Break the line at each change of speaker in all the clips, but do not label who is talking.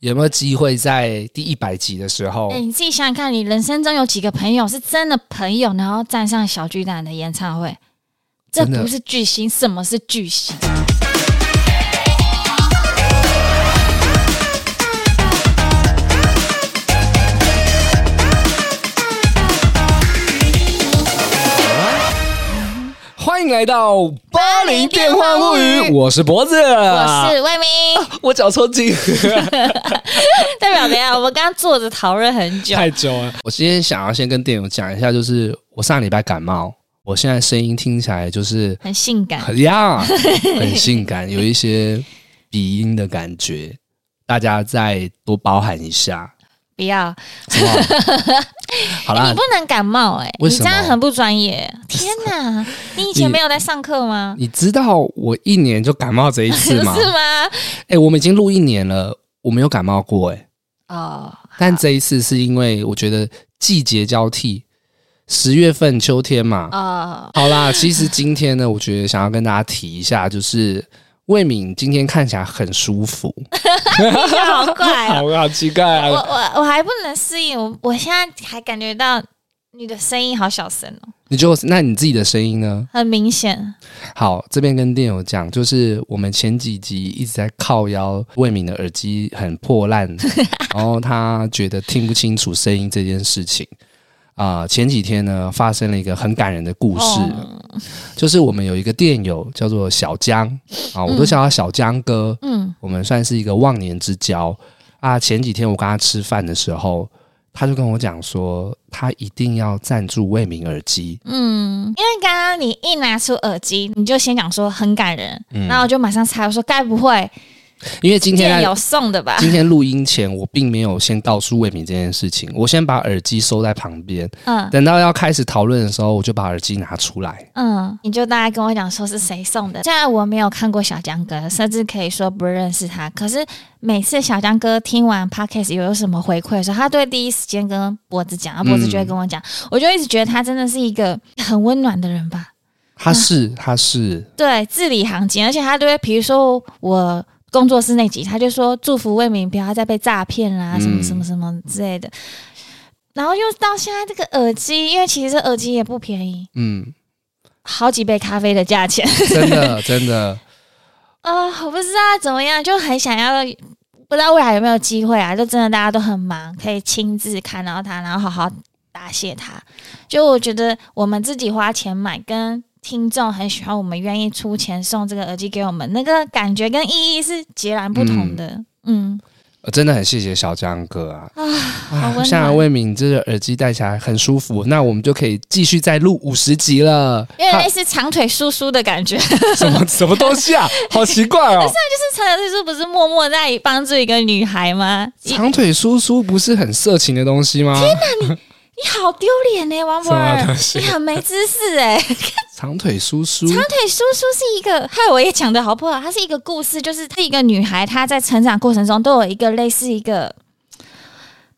有没有机会在第一百集的时候，
哎、你自己想想看，你人生中有几个朋友是真的朋友，然后站上小巨蛋的演唱会？这
真的
不是巨星，什么是巨星？
欢迎来到《八零电话物语》，我是脖子，
我
我
是魏明，
我脚抽 筋，
代表怎样？我们刚刚坐着讨论很久，
太久了。我今天想要先跟店友讲一下，就是我上礼拜感冒，我现在声音听起来就是
很性感。
很 呀，很性感，有一些鼻音的感觉，大家再多包涵一下，
不要，
好不好？好
哎
啦
你不，能感冒哎、
为
你
什
这
么
样很不 专业。天哪，你以前没有在上课吗？
你知道我一年就感冒这一次
是
吗？
吗？
哎、我们已经录一年了，我没有感冒过哎、
哦，
但这一次是因为我觉得季节交替，十月份秋天嘛。
哦，
好啦，其实今天呢，我觉得想要跟大家提一下，就是魏敏今天看起来很舒服，
好怪哦。
好奇怪
我！我我还不能适应，我我现在还感觉到你的声音好小声哦，
你就那你自己的声音呢？
很明显。
好，这边跟店友讲，就是我们前几集一直在靠腰魏敏的耳机很破 烂，然后他觉得听不清楚声音这件事情。啊、前几天呢发生了一个很感人的故事，
哦
就是我们有一个店友叫做小江啊，我都叫他小江哥，
嗯，
我们算是一个忘年之交啊。前几天我跟他吃饭的时候，他就跟我讲说，他一定要赞助魏敏耳机，
嗯，因为刚刚你一拿出耳机，你就先讲说很感人，然后我就马上猜，我说该不会
因为今天
店
在嗯
有送的吧？
今天录音前，我并没有先告诉魏敏这件事情，我先把耳机收在旁边，
嗯
等到要开始讨论的时候，我就把耳机拿出来。
嗯，你就大概跟我讲说是谁送的。虽然我没有看过小江哥，甚至可以说不认识他，可是每次小江哥听完 podcast 有什么回馈的时候，他对第一时间跟脖子讲，然后脖子就会跟我讲，我就一直觉得他真的是一个很温暖的人吧。
他是，他是，
对，字里行间，而且他就会，比如说我工作室那集，他就说祝福魏明不要再被诈骗啦，
嗯
什么什么什么之类的。然后又到现在这个耳机，因为其实这耳机也不便宜，
嗯，
好几杯咖啡的价钱。
真的，真的，
啊、我不知道怎么样，就很想要，不知道未来有没有机会啊？就真的大家都很忙，可以亲自看到它，然后好好答谢它。就我觉得我们自己花钱买，跟听众很喜欢我们，愿意出钱送这个耳机给我们，那个感觉跟意义是截然不同的。嗯，
呃真的很谢谢小江哥啊！
好温暖
像魏敏这个耳机戴起来很舒服，那我们就可以继续再录五十集了。
因为
哈
类似长腿叔叔 的感觉，是
什么什么东西 啊？好奇怪哦！
长腿叔叔不是默默在帮助一个女孩吗？你
长腿叔叔不是很色情的东西吗？
你好丢脸呢，王博
什么
尔
东，西
你很没知识哎、
长腿叔叔，
长腿叔叔是一个，害我也讲的好不好？它是一个故事，就是是一个女孩，她在成长过程中都有一个类似 一个，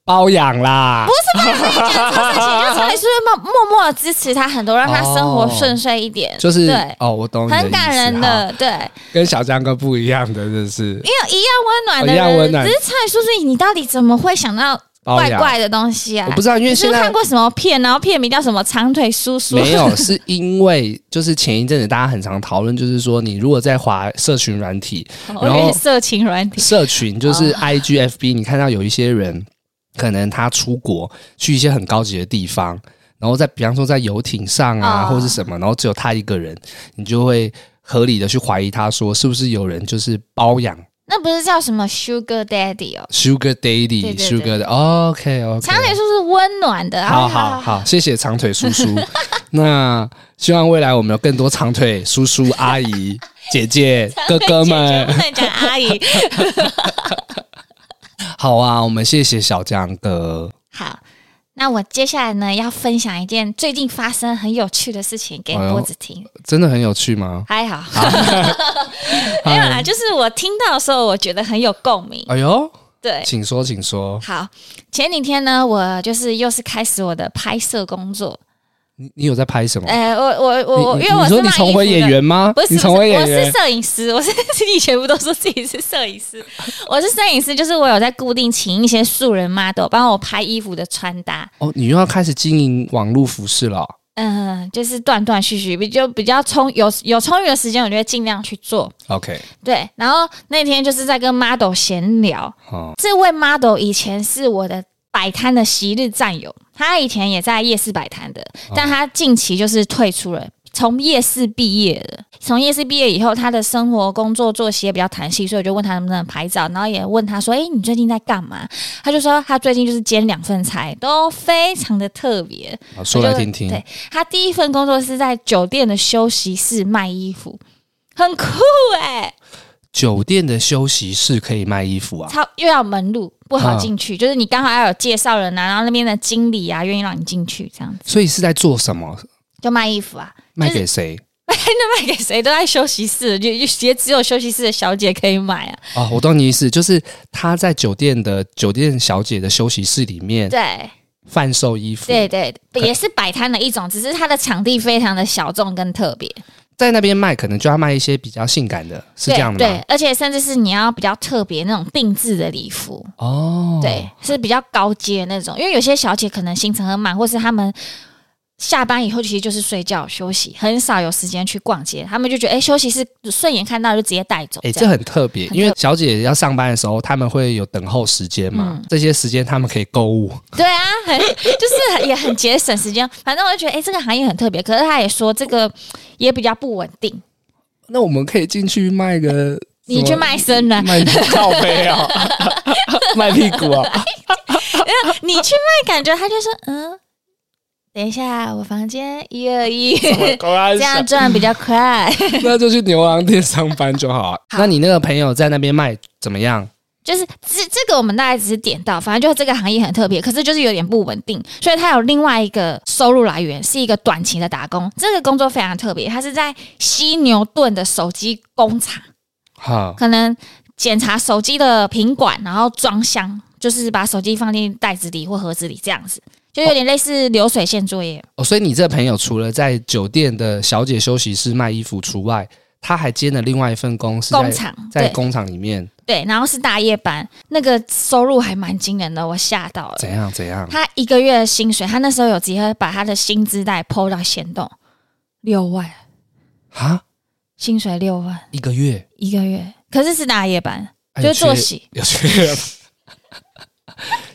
包养啦！
而且就是长腿叔叔默默默地支持她很多，让她生活顺遂一点，
就是
对，
哦，我懂你的
很感
意思
人，
哈
的，对，
跟小江哥不一样的，真的是
因为一样温暖的
哦一样
人，
温暖
只是长腿叔叔，你到底怎么会想到
包
怪
养。
怪的东西啊
我？不知道，因为
你是
现
不是
在
看过什么片，然后片名叫什么“长腿叔叔”？
没 有， 是因为就是前一阵子大家很常讨论，就是说你如果在滑社群软体，
我以为是色情软体。
社群就是
哦
IGFB，你看到有一些人可能他出国去一些很高级的地方，然后在比方说在游艇上啊、
哦
或是什么，然后只有他一个人，你就会合理的去怀疑他说是不是有人就是包养
那不是叫什么 Sugar Daddy 哦？
Sugar
对
Daddy
对
Sugar 的 OK OK，
长腿叔叔温暖的，
好好好，谢谢长腿叔 叔。那希望未来我们有更多长腿叔叔、阿姨、姐 姐、哥哥们
不。 能讲阿姨。
好啊，我们谢谢小江哥。
好，那我接下来呢要分享一件最近发生很有趣的事情给
哎
波子听。
真的很有趣吗？
还好，
啊
没有啦，就是我听到的时候，我觉得很有共鸣。
哎呦，
对，
请说，请说。
好，前几天呢，我就是又是开始我的拍摄工作，
你你有在拍什么？
哎，我我我，
你
因
你
为我
你
是
说
卖
你重回
衣服的
演员吗？
不是，
你重
不
回
是我
演
是
员，
摄影师，我是 以前不都说自己是摄影师？我是摄影师，就是我有在固定请一些素人 model 帮我拍衣服的穿搭，
哦，你又要开始经营网络服饰了哦、
嗯、就是断断续续，比就比较充有有充裕的时间，我就会尽量去做。
OK，
对，然后那天就是在跟 model 闲聊，
哦，
这位 model 以前是我的摆摊的昔日战友，他以前也在夜市摆摊的，但他近期就是退出了。从夜市毕业了，从夜市毕业以后，他的生活、工作作息也比较弹性，所以我就问他能不能拍照，然后也问他说：“诶、你最近在干嘛？”他就说他最近就是兼两份差，都非常的特别。
好说来听听。
对他第一份工作是在酒店的休息室卖衣服，很酷欸诶、
酒店的休息室可以卖衣服啊？
超又要门路，不好
嗯
进去。就是你刚好要有介绍人啊，然后那边的经理啊，愿意让你进去，这样子
所以是在做什么？
就卖衣服啊，
卖给谁？
卖给谁都在休息室，就就也只有休息室的小姐可以买啊。
哦，我懂你意思，就是他在酒店的酒店小姐的休息室里面
对
贩售衣服，
对对，
可
也是摆摊的一种，只是它的场地非常的小众跟特别。
在那边卖，可能就要卖一些比较性感的，是这样的
对
吗？
对，而且甚至是你要比较特别那种定制的礼服，
哦，
对，是比较高阶的那种。因为有些小姐可能行程很满，或是她们下班以后其实就是睡觉休息，很少有时间去逛街。她们就觉得，哎、休息是顺眼看到就直接带走。
哎、
这
这
样
很特别，
很特
因为小姐要上班的时候，他们会有等候时间嘛，
嗯
这些时间他们可以购物。
对啊，很就是很也很节省时间。反正我就觉得，哎、这个行业很特别。可是她也说，这个也比较不稳定。
那我们可以进去卖个，
你去卖身啊呢、
卖靠背 啊，卖屁股啊，
你去卖，感觉她就说，嗯，等一下，我房间一二一，
果然
这样赚比较快。
那就去牛郎店上班就好啊。
好
那你那个朋友在那边卖怎么样？
就是这这个我们大概只是点到，反正就是这个行业很特别，可是就是有点不稳定，所以它有另外一个收入来源，是一个短期的打工。这个工作非常特别，它是在犀牛顿的手机工厂，
哈，
可能检查手机的品管，然后装箱，就是把手机放进袋子里或盒子里这样子，就有点类似流水线作业。
哦，所以你这朋友除了在酒店的小姐休息室卖衣服除外，他还兼了另外一份工，是在
工厂
在
对
工厂里面
对，然后是大夜班，那个收入还蛮惊人的，我吓到了。
怎样怎样？
他一个月的薪水，他那时候有直接把他的薪资袋剖到限动，六万，
啊，
薪水六万
一个月
一个月，可是是大夜班，
哎
就
有
作
缺
息。
有缺人吗？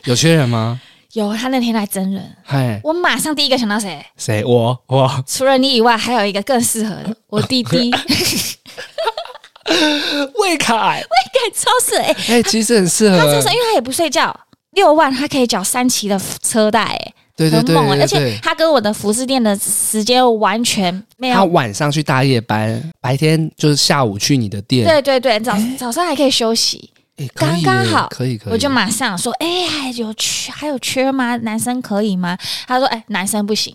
有缺人吗？
有他那天来真人，
嗨，
我马上第一个想到谁？
谁？我我
除了你以外，还有一个更适合 的，我弟弟。
呃魏凯，
超适合，哎、
哎、其实很适合
他，真是因为他也不睡觉。六万，他可以缴三期的车贷、哎
对对对
很猛、哎
对
而且
对。
他跟我的服饰店的时间完全没
他
有，
晚上去大夜班，白天就是下午去你的店，
对对对，早、早上还可以休息，
哎，可以耶
刚刚好
可以可以。
我就马上说，哎、还有缺还有缺吗？男生可以吗？他说，哎、男生不行。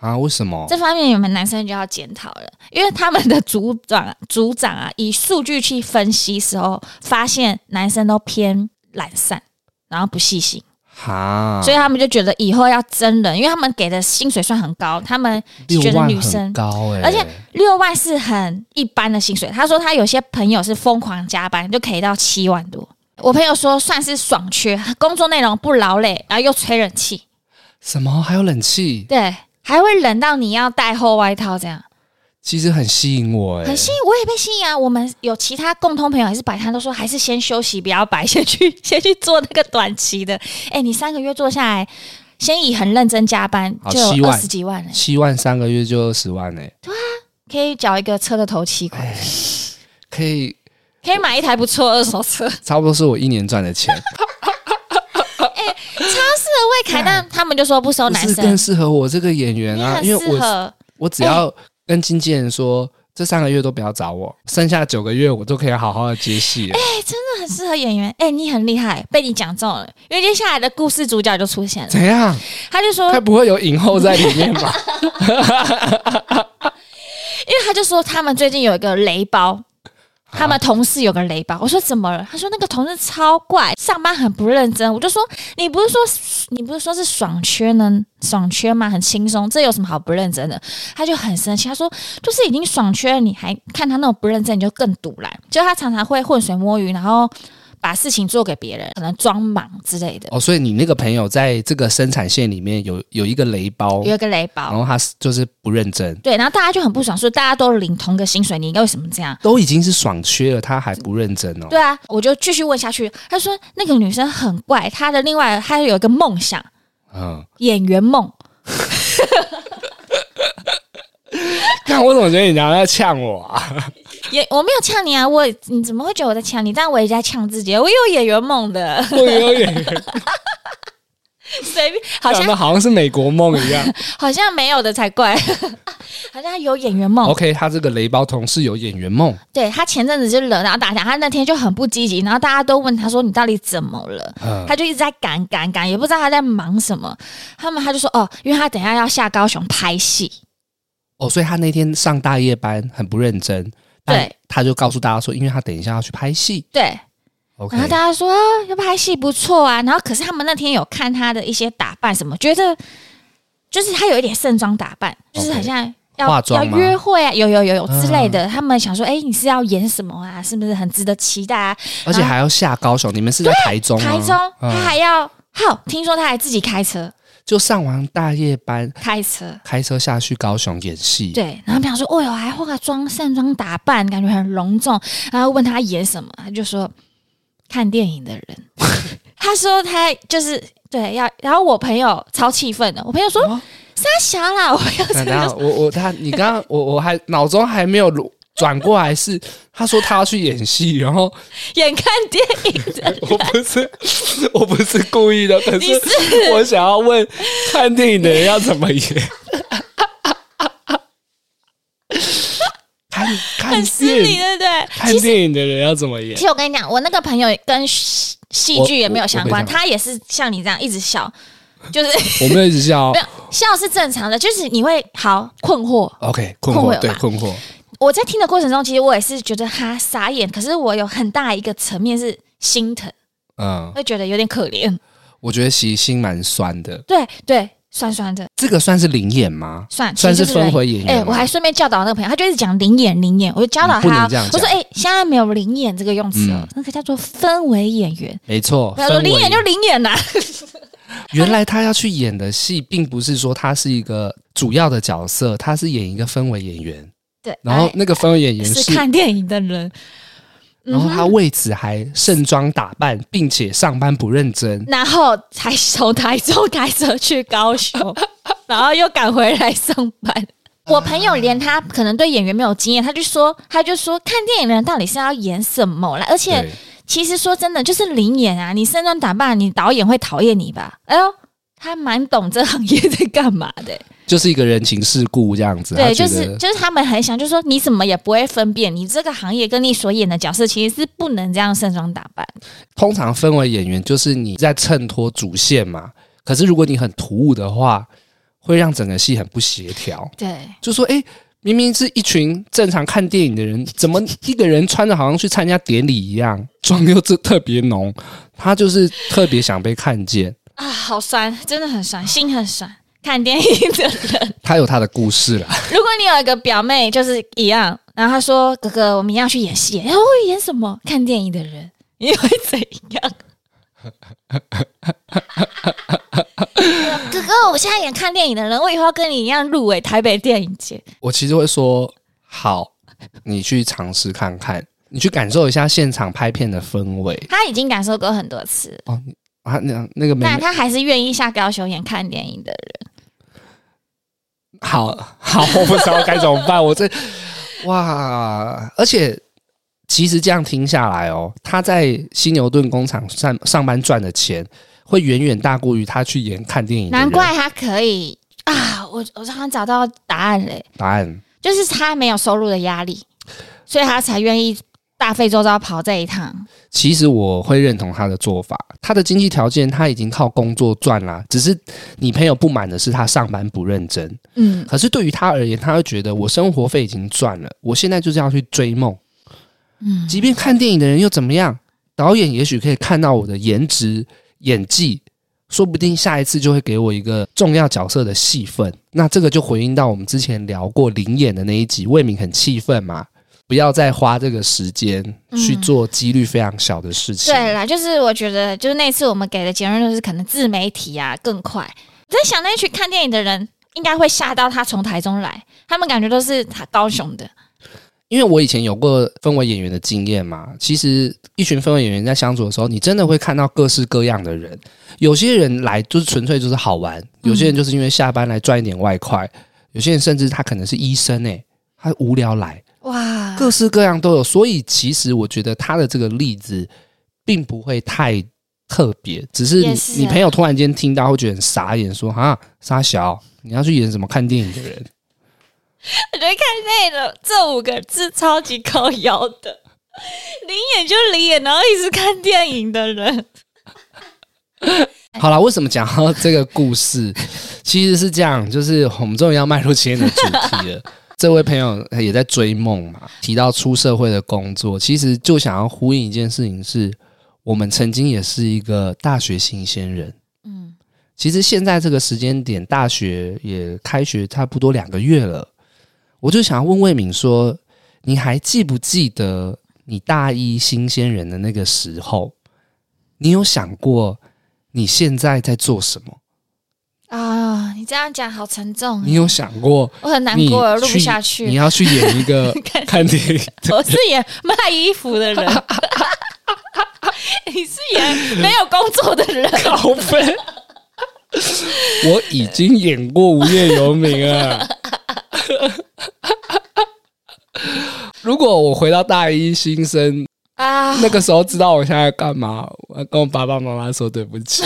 啊，为什么？
这方面你们男生就要检讨了，因为他们的组长组长啊，以数据去分析时候，发现男生都偏懒散，然后不细心，
哈，
所以他们就觉得以后要真人，因为他们给的薪水算很高，他们觉
六
得
万
女
很
生
高哎、
而且六万是很一般的薪水。他说他有些朋友是疯狂加班，就可以到七万多。我朋友说算是爽缺，工作内容不劳累，然后又吹冷气，
什么还有冷气，
对，还会冷到你要带厚外套这样。
其实很吸引我哎、
很吸引，我也被吸引啊！我们有其他共同朋友还是摆摊，都说还是先休息，不要摆， 先去先去做那个短期的。哎、你三个月做下来，先以很认真加班，
好
就
啊七
有
万
二十几万了、
七万三个月就二十万哎、
可以缴一个车的头期款，
可以
可以买一台不错二手车。
差不多是我一年赚的钱，
魏凯，但他们就说不收
嗯不
男
是
生
更，适合我这个演员
你
啊？
很
因
适
为我
合。
我只要跟经纪人说。这三个月都不要找我，剩下九个月我都可以好好的接戏了。
那很适合演员。哎、你很厉害，被你讲中了，因为接下来的故事主角就出现了。
怎样？
他就说，
该不会有影后在里面吧？
因为他就说他们最近有一个雷包，他们同事有个雷包，我说怎么了？他说那个同事超怪，上班很不认真。我就说你不是说你不是说是爽缺呢？爽缺吗？很轻松，这有什么好不认真的？他就很生气，他说就是已经爽缺了，你还看他那种不认真，你就更堵然。就他常常会浑水摸鱼，然后把事情做给别人，可能装忙之类的。
哦，所以你那个朋友在这个生产线里面有有一个雷包，
有一个雷
然
包，
后他是就是不认真，
对，然后大家就很不爽，说大家都领同个薪水，你为什么这样？
都已经是爽缺了，他还不认真哦。
对啊，我就继续问下去。他说那个女生很怪，她的另外她有一个梦想，
嗯，
演员梦。
但我怎么觉得你娘在呛我啊？
演我没有呛你啊，我你怎么会觉得我在呛你？但我也在呛自己，我也有演员梦的，
我有点
随便好
讲
像
的好像是美国梦一样。
好像没有的才怪， 好像有演员 梦。
OK，他这个雷包同事有演员梦，
对他前阵子就惹到大家，他那天就很不积极，然后大家都问他说你到底怎么了？
嗯，
他就一直在赶赶赶，也不知道他在忙什么。他们他就说哦，因为他等一下要下高雄拍戏，
哦，所以他那天上大夜班很不认真，但
对，
他就告诉大家说，因为他等一下要去拍戏。
对，
OK，
然后大家说啊，要拍戏不错啊。然后可是他们那天有看他的一些打扮什么，觉得就是他有一点盛装打扮，就是很
OK
像要
化妆
要
吗嗯
约会啊，有有有有之类的。他们想说，哎，你是要演什么啊？是不是很值得期待啊？
而且还要下高雄，你们是在台中吗？
台中他
嗯
还要好，听说他还自己开车
就上完大夜班，
开车。
开车下去高雄演戏。
对，然后他们想说，哦哟，还化个妆、盛装打扮，感觉很隆重。然后问他演什么，他就说看电影的人。 他说他就是对要，然后我朋友超气愤的，我朋友说
哦
傻小啦，我朋友
那
真
等
的
下
就
我我他你刚刚我我还脑中还没有转过来是，他说他要去演戏，然后
眼看电影的
我不是 我不是故意的，可
你
是我想要问看电影的人要怎么 演。看看
很失
电
礼，
影
对不对？
看电影的人要怎么演
其？实我跟你讲，我那个朋友跟戏戏
我
剧也没有相
我我
关，
没想
他也是像你这样一直笑，就是
我没有一直笑哦
没。有笑是正常的，就是你会好困惑，
OK，困
困惑
惑
吧
对困惑，
我在听的过程中，其实我也是觉得他傻眼，可是我有很大一个层面是心疼，
嗯，
会觉得有点可怜。
我觉得其实心蛮酸的。
对对，酸酸的，
这个算是灵演吗？
算
算是分。
其实就是
回演
哎、
员吗。
我还顺便教导那个朋友，他就一直讲灵眼灵眼，我就教导
嗯不能
他
这样，
我说
讲
哎、现在没有灵眼这个用词了，
嗯哦
那个叫做氛围演员。
没错，
他说
分为
灵眼就灵眼啊啦、
原来他要去演的戏，并不是说他是一个主要的角色，他是演一个氛围演员，
对，
然后
哎
那个氛围演员
是
是，
看电影的人，
然后
嗯
他为此还盛装打扮，并且上班不认真。
然后才从台中开车去高 雄，然后又赶回来上班。我朋友连他可能对演员没有经验，他就说，他就说看电影的人到底是要演什么啦？而且
对，
其实说真的，就是零演啊，你盛装打扮，你导演会讨厌你吧？哎呦，他蛮懂这行业在干嘛的、
就是一个人情世故这样子。他
对，
觉
就
得
是就是他们很想，就是说你怎么也不会分辨，你这个行业跟你所演的角色其实是不能这样盛装打扮。
通常氛围演员就是你在衬托主线嘛，可是如果你很突兀的话，会让整个戏很不协调。
对，
就说：“哎、明明是一群正常看电影的人，怎么一个人穿的好像去参加典礼一样，妆又这特别浓？他就是特别想被看见，
啊，好酸，真的很酸，心很酸。看电影的人，
他有他的故事啦。
如果你有一个表妹就是一样，然后她说：“哥哥，我们要去演戏。”哎，我演什么？看电影的人，你会怎样？哥哥，我现在演看电影的人，我以后要跟你一样入围台北电影节。
我其实会说：好，你去尝试看看，你去感受一下现场拍片的氛围
他已经感受过很多次，
哦。你啊，那那个妹
但
妹，
他还是愿意下高雄演看电影的人。
好好，我不知道该怎么办。我这哇，而且。”其实这样听下来哦，他在犀牛顿工厂上上班赚的钱，会远远大过于他去演看电影的人。
难怪他可以啊！我我刚刚找到答案嘞、
答案
就是他没有收入的压力，所以他才愿意大费周章跑这一趟。
其实我会认同他的做法，他的经济条件他已经靠工作赚啦，只是你朋友不满的是他上班不认真。
嗯，
可是对于他而言，他会觉得我生活费已经赚了，我现在就是要去追梦。
嗯
即便看电影的人又怎么样？导演也许可以看到我的颜值、演技，说不定下一次就会给我一个重要角色的戏份。那这个就回应到我们之前聊过灵演的那一集，魏敏很气愤嘛，不要再花这个时间去做几率非常小的事情。
嗯对啦，就是我觉得，就是那次我们给的结论就是，可能自媒体啊更快。我在想那一群看电影的人，应该会吓到他从台中来，他们感觉都是他高雄的。
因为我以前有过氛围演员的经验嘛，其实一群氛围演员在相处的时候，你真的会看到各式各样的人。有些人来就是纯粹就是好玩，有
嗯
些人就是因为下班来赚一点外快，有些人甚至他可能是医生诶、欸他无聊来，
哇，
各式各样都有。所以其实我觉得他的这个例子并不会太特别，只是
也
你
是啊
你朋友突然间听到会觉得很傻眼说，啊傻小，你要去演什么看电影的人？
我觉得看累了，这五个字超级高腰的。 灵眼就灵眼，然后一直看电影的人，
好啦，为什么讲到这个故事？ 其实是这样，就是我们终于要迈入今天的主题了。 这位朋友也在追梦嘛，提到出社会的工作，其实就想要呼应一件事情是，我们曾经也是一个大学新鲜人。
嗯，
其实现在这个时间点，大学也开学差不多两个月了，我就想要问魏敏说，你还记不记得你大一新鲜人的那个时候？你有想过你现在在做什么？
啊、你这样讲好沉重啊
你，有想过
我很难
你
过，录不
去
下
你
去。
要去演一个
看
看电影，
我是演卖衣服的人， 你是演没有工作的 人，
高分。我已经演过《无业游民》啊了。如果我回到大一新生，
啊，
那个时候知道我现在干嘛，我要跟我爸爸妈妈说对不起。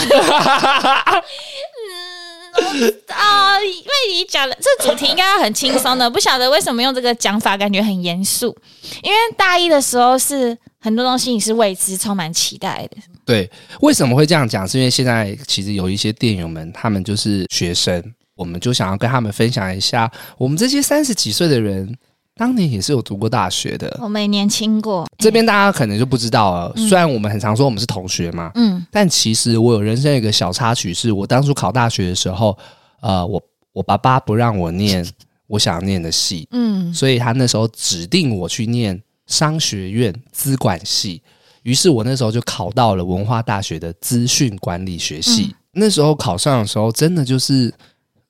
嗯啊，因为你讲的这主题应该很轻松的，不晓得为什么用这个讲法感觉很严肃。因为大一的时候是很多东西你是未知，充满期待的。
对，为什么会这样讲？是因为现在其实有一些店友们，他们就是学生，我们就想要跟他们分享一下，我们这些三十几岁的人，当年也是有读过大学的。
我们也年轻过，
这边大家可能就不知道了，虽然我们很常说我们是同学嘛，
嗯
但其实我有人生有一个小插曲，是我当初考大学的时候，呃，我我爸爸不让我念 我想念的系，
嗯
所以他那时候指定我去念商学院资管系，于是我那时候就考到了文化大学的资讯管理学系。那时候考上的时候，真的就是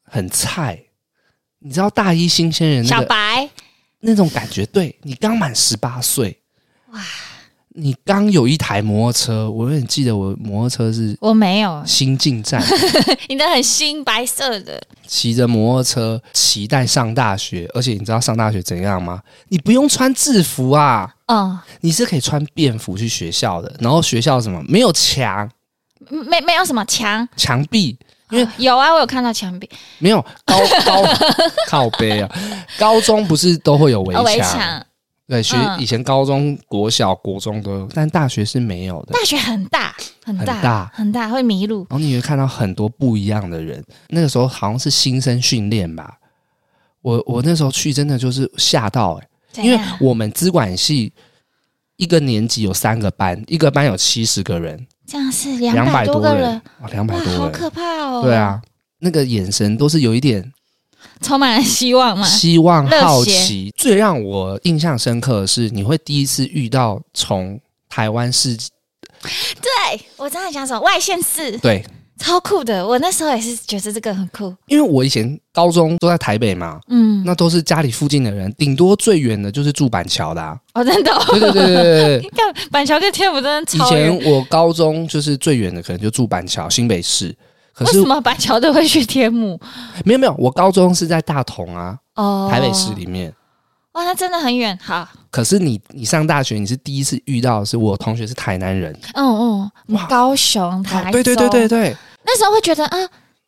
很菜，你知道大一新鲜人那
小
个
白
那种感觉，对你刚满十八岁，
哇
哇，你刚有一台摩托车，我永远记得我摩托车是
我没有，
新进站，
你的很新白色的，
骑着摩托车期待上大学，而且你知道上大学怎样吗？你不用穿制服啊，
嗯，
你是可以穿便服去学校的，然后学校什么没有墙
没没有什么墙，
墙壁。因为
有啊，我有看到墙壁
没有高 高靠背啊，高中不是都会有围
哦围
墙？
墙，
对，学
嗯
以前高中、国小、国中都有，但大学是没有的。
大学很大很大
很大
很大会迷路，
然后你会看到很多不一样的人。那个时候好像是新生训练吧，我我那时候去真的就是吓到哎、
怎
因为
样
我们资管系一个年级有三个班，一个班有七十个人，
这样是
两
两百
多
多个
人
人，，
哇，两百
哇，好
多人，
可怕哦！
对啊，那个眼神都是有一点
充满了希望嘛。
希望、
热血
好奇。最让我印象深刻的是，你会第一次遇到从台湾世
对我真的想说外县市
对
超酷的，我那时候也是觉得这个很酷。
因为我以前高中都在台北嘛，
嗯，
那都是家里附近的人，顶多最远的就是住板桥的、啊。
哦，真的、哦，
对对对对对对，
看板桥跟天府真的
以
超远。
前我高中就是最远的可能就住板桥新北市，可
为
是
什么板桥都会去天母？
没有没有，我高中是在大同啊，
哦，
台北市里面。
哇，那真的很远。好，
可是你你上大学，你是第一次遇到的是我同学是台南人，
嗯嗯
哇，
高雄、台哦中，
对对对对，对，
那时候会觉得啊，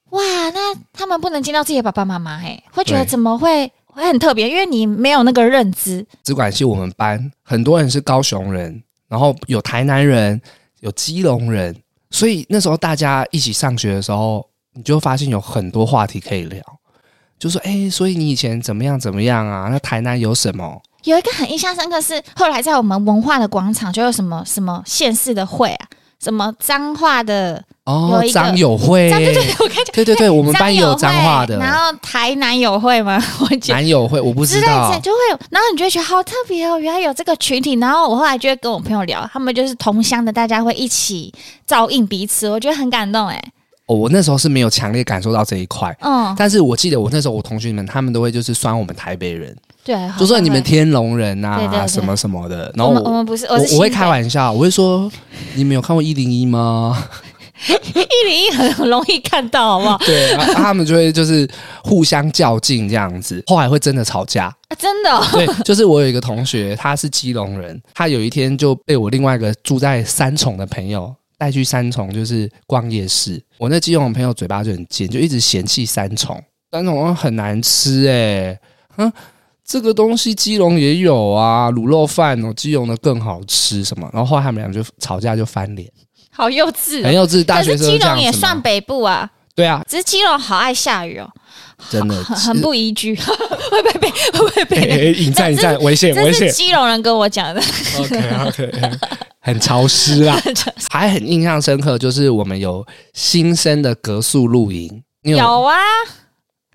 哇，那他们不能见到自己的爸爸妈妈，哎，会觉得
对
怎么会会很特别，因为你没有那个认知。
只管系我们班很多人是高雄人，然后有台南人，有基隆人，所以那时候大家一起上学的时候，你就发现有很多话题可以聊，就说哎、诶所以你以前怎么样怎么样啊？那台南有什么？
有一个很印象深刻是，后来在我们文化的广场就有什么什么县市的会啊，什么彰化的，
哦
有一，个
张友会，
彰对对对，我跟你讲，
对对对，我们班也有
彰
彰
友会
化的
然后台南有会吗？ 我觉得。
男友会，我不
之
知
类之类
道。
就会有，然后你就会觉得好特别哦，原来有这个群体。然后我后来就会跟我朋友聊，他们就是同乡的，大家会一起照应彼此，我觉得很感动哎。
哦，我那时候是没有强烈感受到这一块，
嗯，
但是我记得我那时候我同学们他们都会就是酸我们台北人，
对，
就说你们
好像
天龙人
哦对对
啊
对
什么什么的，
会
然后
我们我
我
们不是，
我
是
我会开玩笑，我会 说你们有看过一零一吗？
一零一很很容易看到，好 不好？
对，然后啊他们就会就是互相较劲这样子，后来会真的吵架。
啊真的哦、
对，就是我有一个同学，他是基隆人，他有一天就被我另外一个住在三重的朋友带去三重，就是逛夜市。我那基隆的朋友嘴巴就很尖，就一直嫌弃三重，三重很难吃哎、嗯，这个东西基隆也有啊，卤肉饭哦，基隆的更好吃什么？然后后来他们俩就吵架就翻脸，
好幼稚、
很
哦。
幼稚，哎大
可
学
是
生就
基
这样
隆
子
也
嘛
算北部啊，
对啊，
只是基隆好爱下雨哦，
真的
很很不宜居， 会被被会被
哎哎
被。
哎引战
这
引战，危险
这
危
是
险
基隆人跟我 讲的，
，OK OK，很 潮湿啊。还很印象深刻，就是我们有新生的格宿露营，因为
有啊，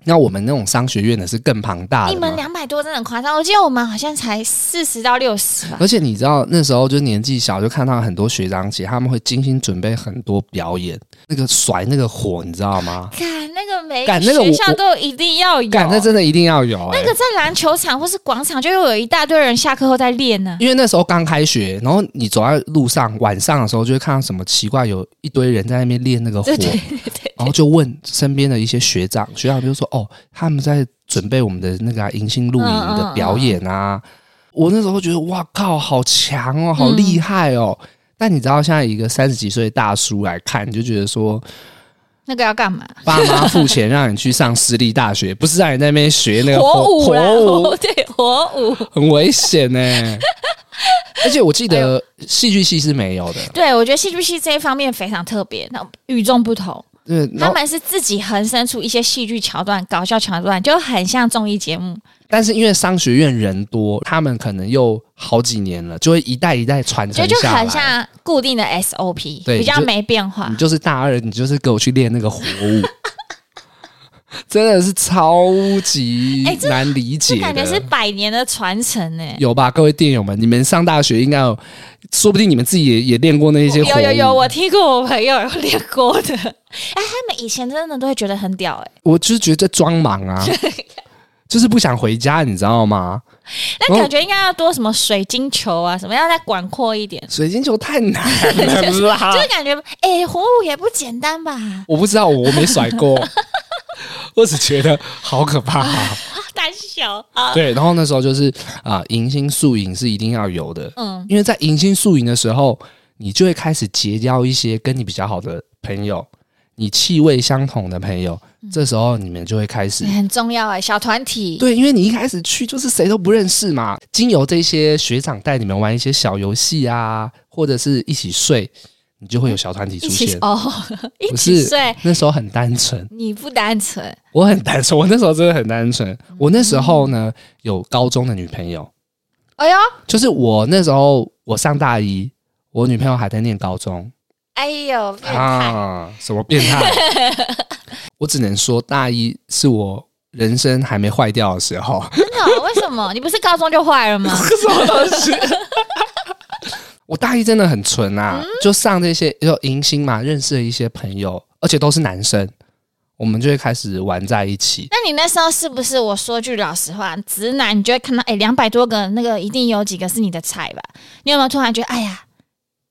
那我们那种商学院的是更庞大
一
的嘛
门。两百多真的很夸张，我记得我们好像才四十到六十 吧。
而且你知道那时候就年纪小，就看到很多学长姐他们会精心准备很多表演，那个甩那个火，你知道吗？
干那个每
干
个
那个我
学校都一定要有，
干，那真的一定要有、欸。
那个在篮球场或是广场，就又有一大堆人下课后在练呢。
因为那时候刚开学，然后你走在路上，晚上的时候就会看到什么奇怪，有一堆人在那边练那 个火，
对对对对，
然后就问身边的一些学长，学长就说：“哦，他们在准备我们的那个啊迎新露营的
嗯
表演啊。我那时候觉得：“哇靠，好强哦，
嗯
好厉害哦！”但你知道，现在一个三十几岁的大叔来看，你就觉得说，
那个要干嘛？
爸妈付钱让你去上私立大学，不是让你在那边学那个
火舞啦，
火
火 对火舞。
很危险呢、 而且我记
哎
得戏剧系是没有的，
对，我觉得戏剧系这一方面非常特别，那与众不同。
对，然
他
后
们是自己横生出一些戏剧桥段、搞笑桥段，就很像综艺节目。
但是因为商学院人多，他们可能又好几年了，就会一代一代传
就
承
就
下来。
很像固定的 SOP，
对
比较
就
没变化
你。就是大二，你就是给我去练那个火舞， 真的是超级
哎这
难理解
这
的，
感觉是百年的传承呢、
有吧？各位电友们，你们上大学应该有，说不定你们自己也也练过那些火
有
舞。
有有，我听过我朋友有练过的。 哎，他们以前真的都会觉得很屌哎、
我就是觉得装忙 啊，就是不想回家，你知道吗？哦
那感觉应该要多什么水晶球啊，什么要再广阔一点。
水晶球太难了啦，
就是感觉哎、火舞也不简单吧？
我不知道，我没甩过，我只觉得好可怕、啊。
胆小啊，
对，然后那时候就是啊，迎新宿营是一定要有的，
嗯，
因为在迎新宿营的时候，你就会开始结交一些跟你比较好的朋友，你气味相同的朋友，
嗯
这时候你们就会开始。
很重要哎、小团体。
对，因为你一开始去就是谁都不认识嘛，经由这些学长带你们玩一些小游戏啊，或者是一起睡，你就会有小团体出
一起
现。
哦， 一
不
起
是
睡，
那时候很单纯，
你不单纯，
我很单纯，我那时候真的很单纯。我那时候呢有高中的女朋友，
哎呦，
就是我那时候我上大一，我女朋友还在念高中，
哎呦，变态！
啊，什么变态？ 我只能说，大一是我人生还没坏掉的时候，
真的哦、为什么？你不是高中就坏 了吗？
什么东西？ 我大一真的很纯啊，就上这些就迎新嘛，认识了一些朋友，而且都是男生，我们就会开始玩在一起。
那你那时候是不是？我说句老实话，直男你就会看到，哎、两百多个，那个一定有几个是你的菜吧？你有没有突然觉得，哎呀，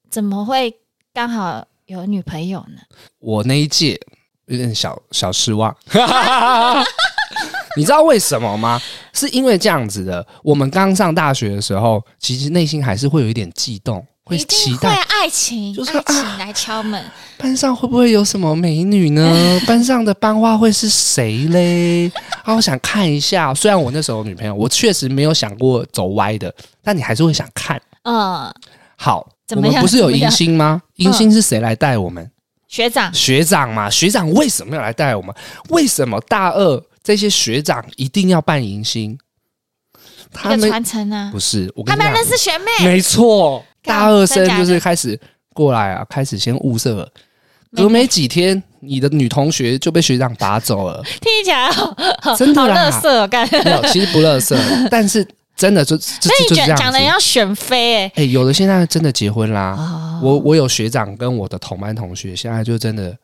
怎么会刚好有女朋友呢？
我那一届有点小小失 望，你知道为什么吗？是因为这样子的，我们刚上大学的时候，其实内心还是会有一点悸动，会
一定
期
会啊
待
爱情，
就是啊
爱情来敲门。
班上会不会有什么美女 呢？班上的班花会是谁嘞？啊，我想看一下。虽然我那时候有女朋友，我确实没有想过走歪的，但你还是会想看。
嗯，
好，
怎么样嗯
我们不是有迎新吗？
怎么
迎
样
新是谁来带我们？
学长，
学长嘛，学长为什么要来带我们？为什么大二这些学长一定要办迎新？
一
他
个
们
传承啊
不。是我跟
他
你
们
讲
认，识学妹，
没错，
干
大二生
真假
就
的
是开始过来啊，开始先物色了，
没
隔没几天，你的女同学就被学长拔走了。
听起来好 好
真的
好
啦
乐色哦，干。
没有，其实不乐色，但是真的就就
那
就是这
你讲
样
讲
子
的。要选妃哎、
哎、有的现在真的结婚啦。
哦
我我有学长跟我的同班同学，现在就真的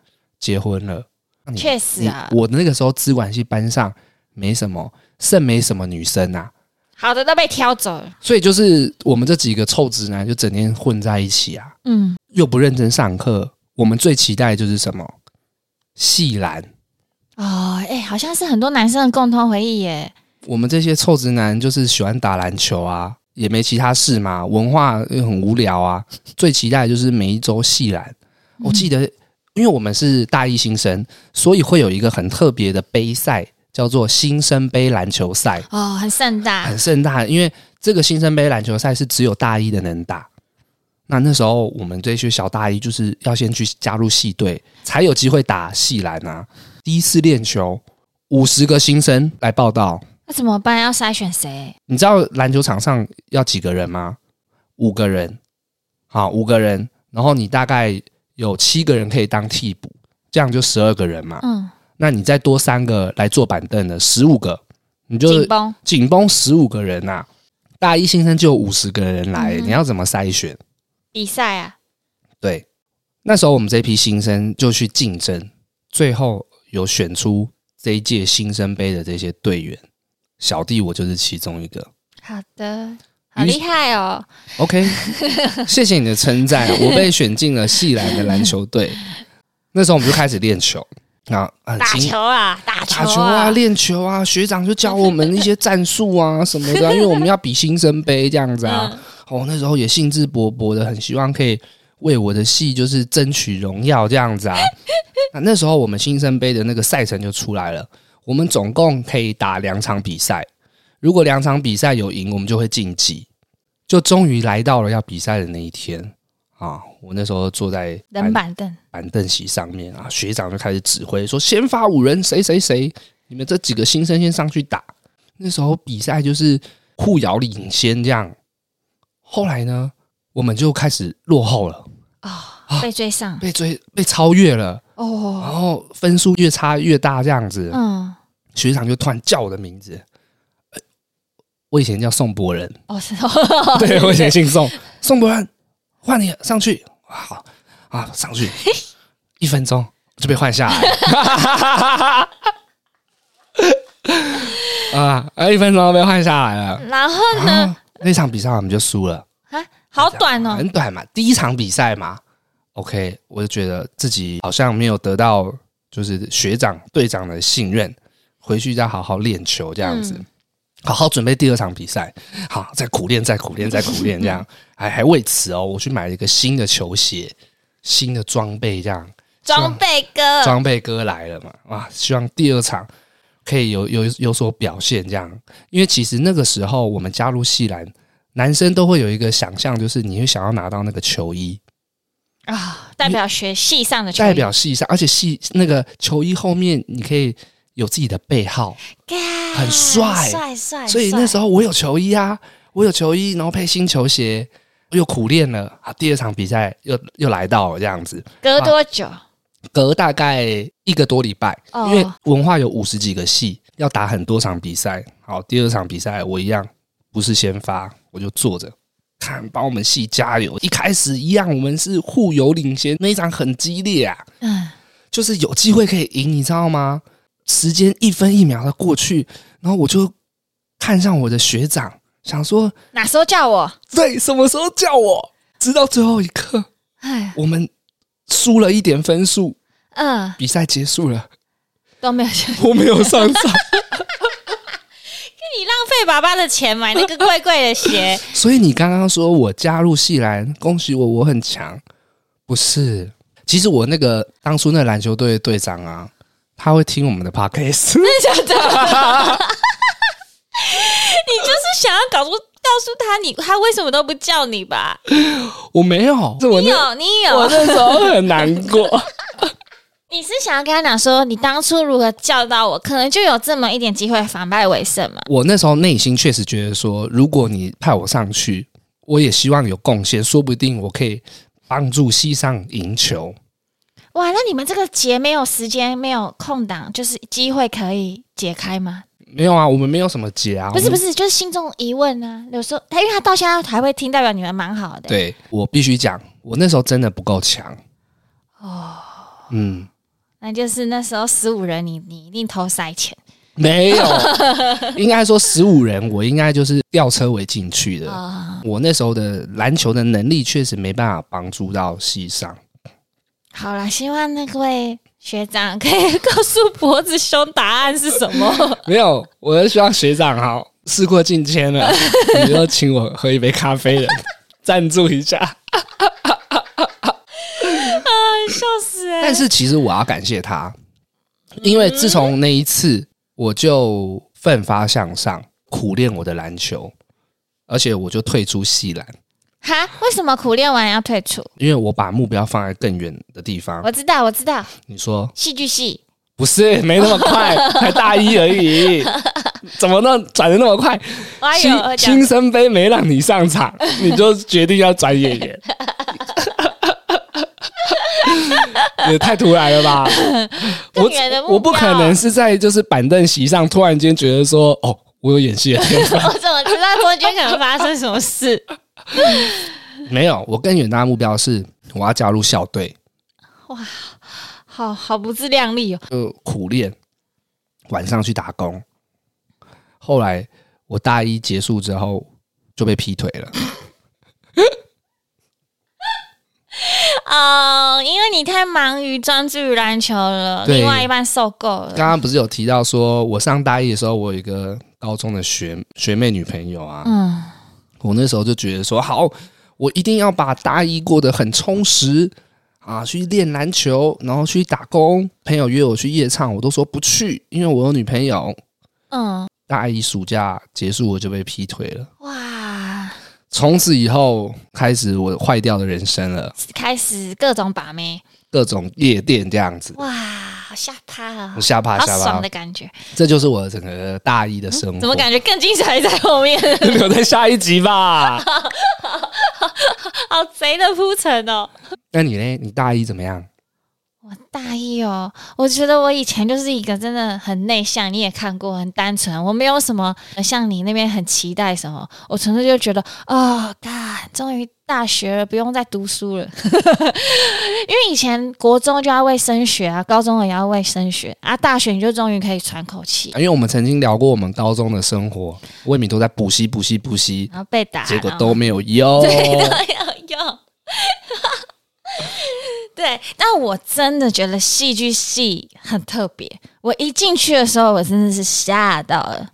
结婚了。那你
确实啊
你我那个时候资管系班上没什么，甚没什么女生啊，
好的都被挑走了。
所以就是我们这几个臭直男就整天混在一起啊，
嗯，
又不认真上课。我们最期待的就是什么？系篮。
哦，哎、好像是很多男生的共同回忆耶。
我们这些臭直男就是喜欢打篮球啊，也没其他事嘛，文化又很无聊啊。最期待的就是每一周系篮。我记得，因为我们是大一新生，所以会有一个很特别的杯赛，叫做新生杯篮球赛，
哦，很盛大
很盛大。因为这个新生杯篮球赛是只有大一的能打。那那时候我们这些小大一就是要先去加入系队，才有机会打系篮啊。第一次练球，五十个新生来报道。
那怎么办？要筛选谁？
你知道篮球场上要几个人吗？五个人，好，五个人，然后你大概有七个人可以当替补，这样就十二个人嘛。
嗯，
那你再多三个来坐板凳的，十五个，你就
紧绷。
紧绷十五个人呐、啊大一新生就有五十个人来，
嗯
你要怎么筛选？
比赛啊，
对，那时候我们这批新生就去竞争，最后有选出这一届新生杯的这些队员，小弟我就是其中一个。
好的，好厉害哦。
OK，谢谢你的称赞，我被选进了系篮的篮球队。那时候我们就开始练球，啊，很
打
轻
球啊，打球
打球啊，练球啊，学长就教我们一些战术啊什么的 啊、因为我们要比新生杯这样子啊。
嗯
哦，那时候也兴致勃勃的，很希望可以为我的系就是争取荣耀这样子 啊。那那时候我们新生杯的那个赛程就出来了，我们总共可以打两场比赛，如果两场比赛有赢，我们就会晋级。就终于来到了要比赛的那一天啊！我那时候坐在
冷板凳。
板凳席上面啊，学长就开始指挥说：“先发五人，谁谁谁，你们这几个新生先上去打。”那时候比赛就是互咬领先这样。后来呢，我们就开始落后了，
哦，被追上
啊被追被超越了，然
哦，
后分数越差越大这样子。
嗯，
学长就突然叫我的名字，呃我以前叫宋博仁，
哦是 哦，
对我以前姓宋，宋博仁，换你了上去，哇好啊，上去一分钟就被换下来 了。啊，啊一分钟就被换下来了。
然后呢？
啊、那场比赛我们就输了，
啊，好短哦，
很短嘛，第一场比赛嘛。OK，我就觉得自己好像没有得到就是学长队长的信任，回去再好好练球这样子，
嗯
好好准备第二场比赛，好再苦练，再苦练，再苦练这 样，还还为此哦，我去买了一个新的球鞋、新的装备这样，
装备 哥，
装备哥来了嘛，哇，希望第二场可以有有有所表现这样。因为其实那个时候我们加入系篮，男生都会有一个想象，就是你会想要拿到那个球衣，
啊，代表学系上的球
代
员
表系上，而且系那个球衣后面你可以有自己的背号，
干
很帅
帅帅。
所以那时候我有球衣啊，我有球衣，然后配新球鞋，又苦练了啊。第二场比赛又又来到了这样子，
候隔
啊
多久？
隔大概一个多礼拜，
哦
因为文化有五十几个系，要打很多场比赛。好，第二场比赛我一样不是先发，我就坐着看，帮我们系加油。一开始一样，我们是互有领先，那一场很激烈啊，
嗯，
就是有机会可以赢，你知道吗？时间一分一秒的过去，然后我就看上我的学长，想说
哪时候叫我？
对，什么时候叫我？直到最后一刻，
哎，
我们输了一点分数，
嗯，
比赛结束了。
都没有叫。
我没有上场，
你浪费爸爸的钱买那个贵贵的鞋，
所以你刚刚说我加入系篮，恭喜我，我很强，不是？其实我那个当初那篮球队的队长啊，他会听我们的 podcast，
真的？ 你就是想要搞出告诉他你他为什么都不叫你吧？
我没有，是我
你
那
有，你
我
有，
那时候很难过，
你是想要跟他讲说，你当初如何教导我，可能就有这么一点机会反败为胜嘛。
我那时候内心确实觉得说，如果你派我上去，我也希望有贡献，说不定我可以帮助西上赢球。
哇，那你们这个节没有时间，没有空档，就是机会可以解开吗？
没有啊，我们没有什么结啊。
不是不
是，
是，就是心中疑问啊。有时候他，因为他到现在还会听，代表你们蛮好的。，
对我必须讲，我那时候真的不够强。哦，嗯，
那就是那时候十五人你，你一定偷塞钱
没有， 应该说十五人，我应该就是吊车尾进去的。
啊、
我那时候的篮球的能力确实没办法帮助到西上。
好了，希望那位学长可以告诉脖子兄答案是什么。
没有，我是希望学长好，事过境迁了，你就请我喝一杯咖啡了， 赞助一下。
笑死、欸！
但是其实我要感谢他，因为自从那一次，我就奋发向上，苦练我的篮球，而且我就退出系篮，
哈，为什么苦练完要退出？
因为我把目标放在更远的地方。
我知道，我知道，
你说
戏剧系
不是，没那么 快，才大一而已，怎么那转的那么快？
哎
新
呦，讲
新生杯没让你上 场，你就决定要转演员，也太突然了吧！
更
我
远的目标
我不可能是在就是板凳席上突然间觉得说，哦，我有演戏的 天分，
我怎么知道中间可能发生什么事？
没有。我更远大的目标是我要加入校队，
好好不自量力哦。
就苦练，晚上去打工。后来我大一结束之后就被劈腿了。
哦，因为你太忙于专注于篮球了，
对
另外一半受够了。
刚刚不是有提到说，我上大一的时候，我有一个高中的学学妹女朋友啊，
嗯，
我那时候就觉得说，好，我一定要把大一过得很充实啊，去练篮球，然后去打工。朋友约我去夜唱，我都说不去，因为我有女朋友。
嗯，
大一暑假结束，我就被劈腿了。
哇，
从此以后，开始我坏掉的人生了，
开始各种把妹，
各种夜店这样子，
哇，好吓趴啊、
我吓怕
好
吓
爽
怕
的。感觉，
这就是我整个大一的生活。
怎么感觉更精彩在后面？
留在下一集吧？
好贼的铺陈哦！
那你呢？你大一怎么样？
我大一哦，我觉得我以前就是一个真的很内向，你也看过，很单纯，我没有什么呃像你那边很期待什么，我纯粹就觉得啊，干、终于大学了，不用再读书了。 因为以前国中就要为升学啊，高中也要为升学啊，大学你就终于可以喘口气，
因为我们曾经聊过我们高中的生活，魏敏都在补习、补习、补习，
然后被打，
呃结果
然后
都没有 用。
要用。 对，但我真的觉得戏剧系很特别。我一进去的时候，我真的是吓到了，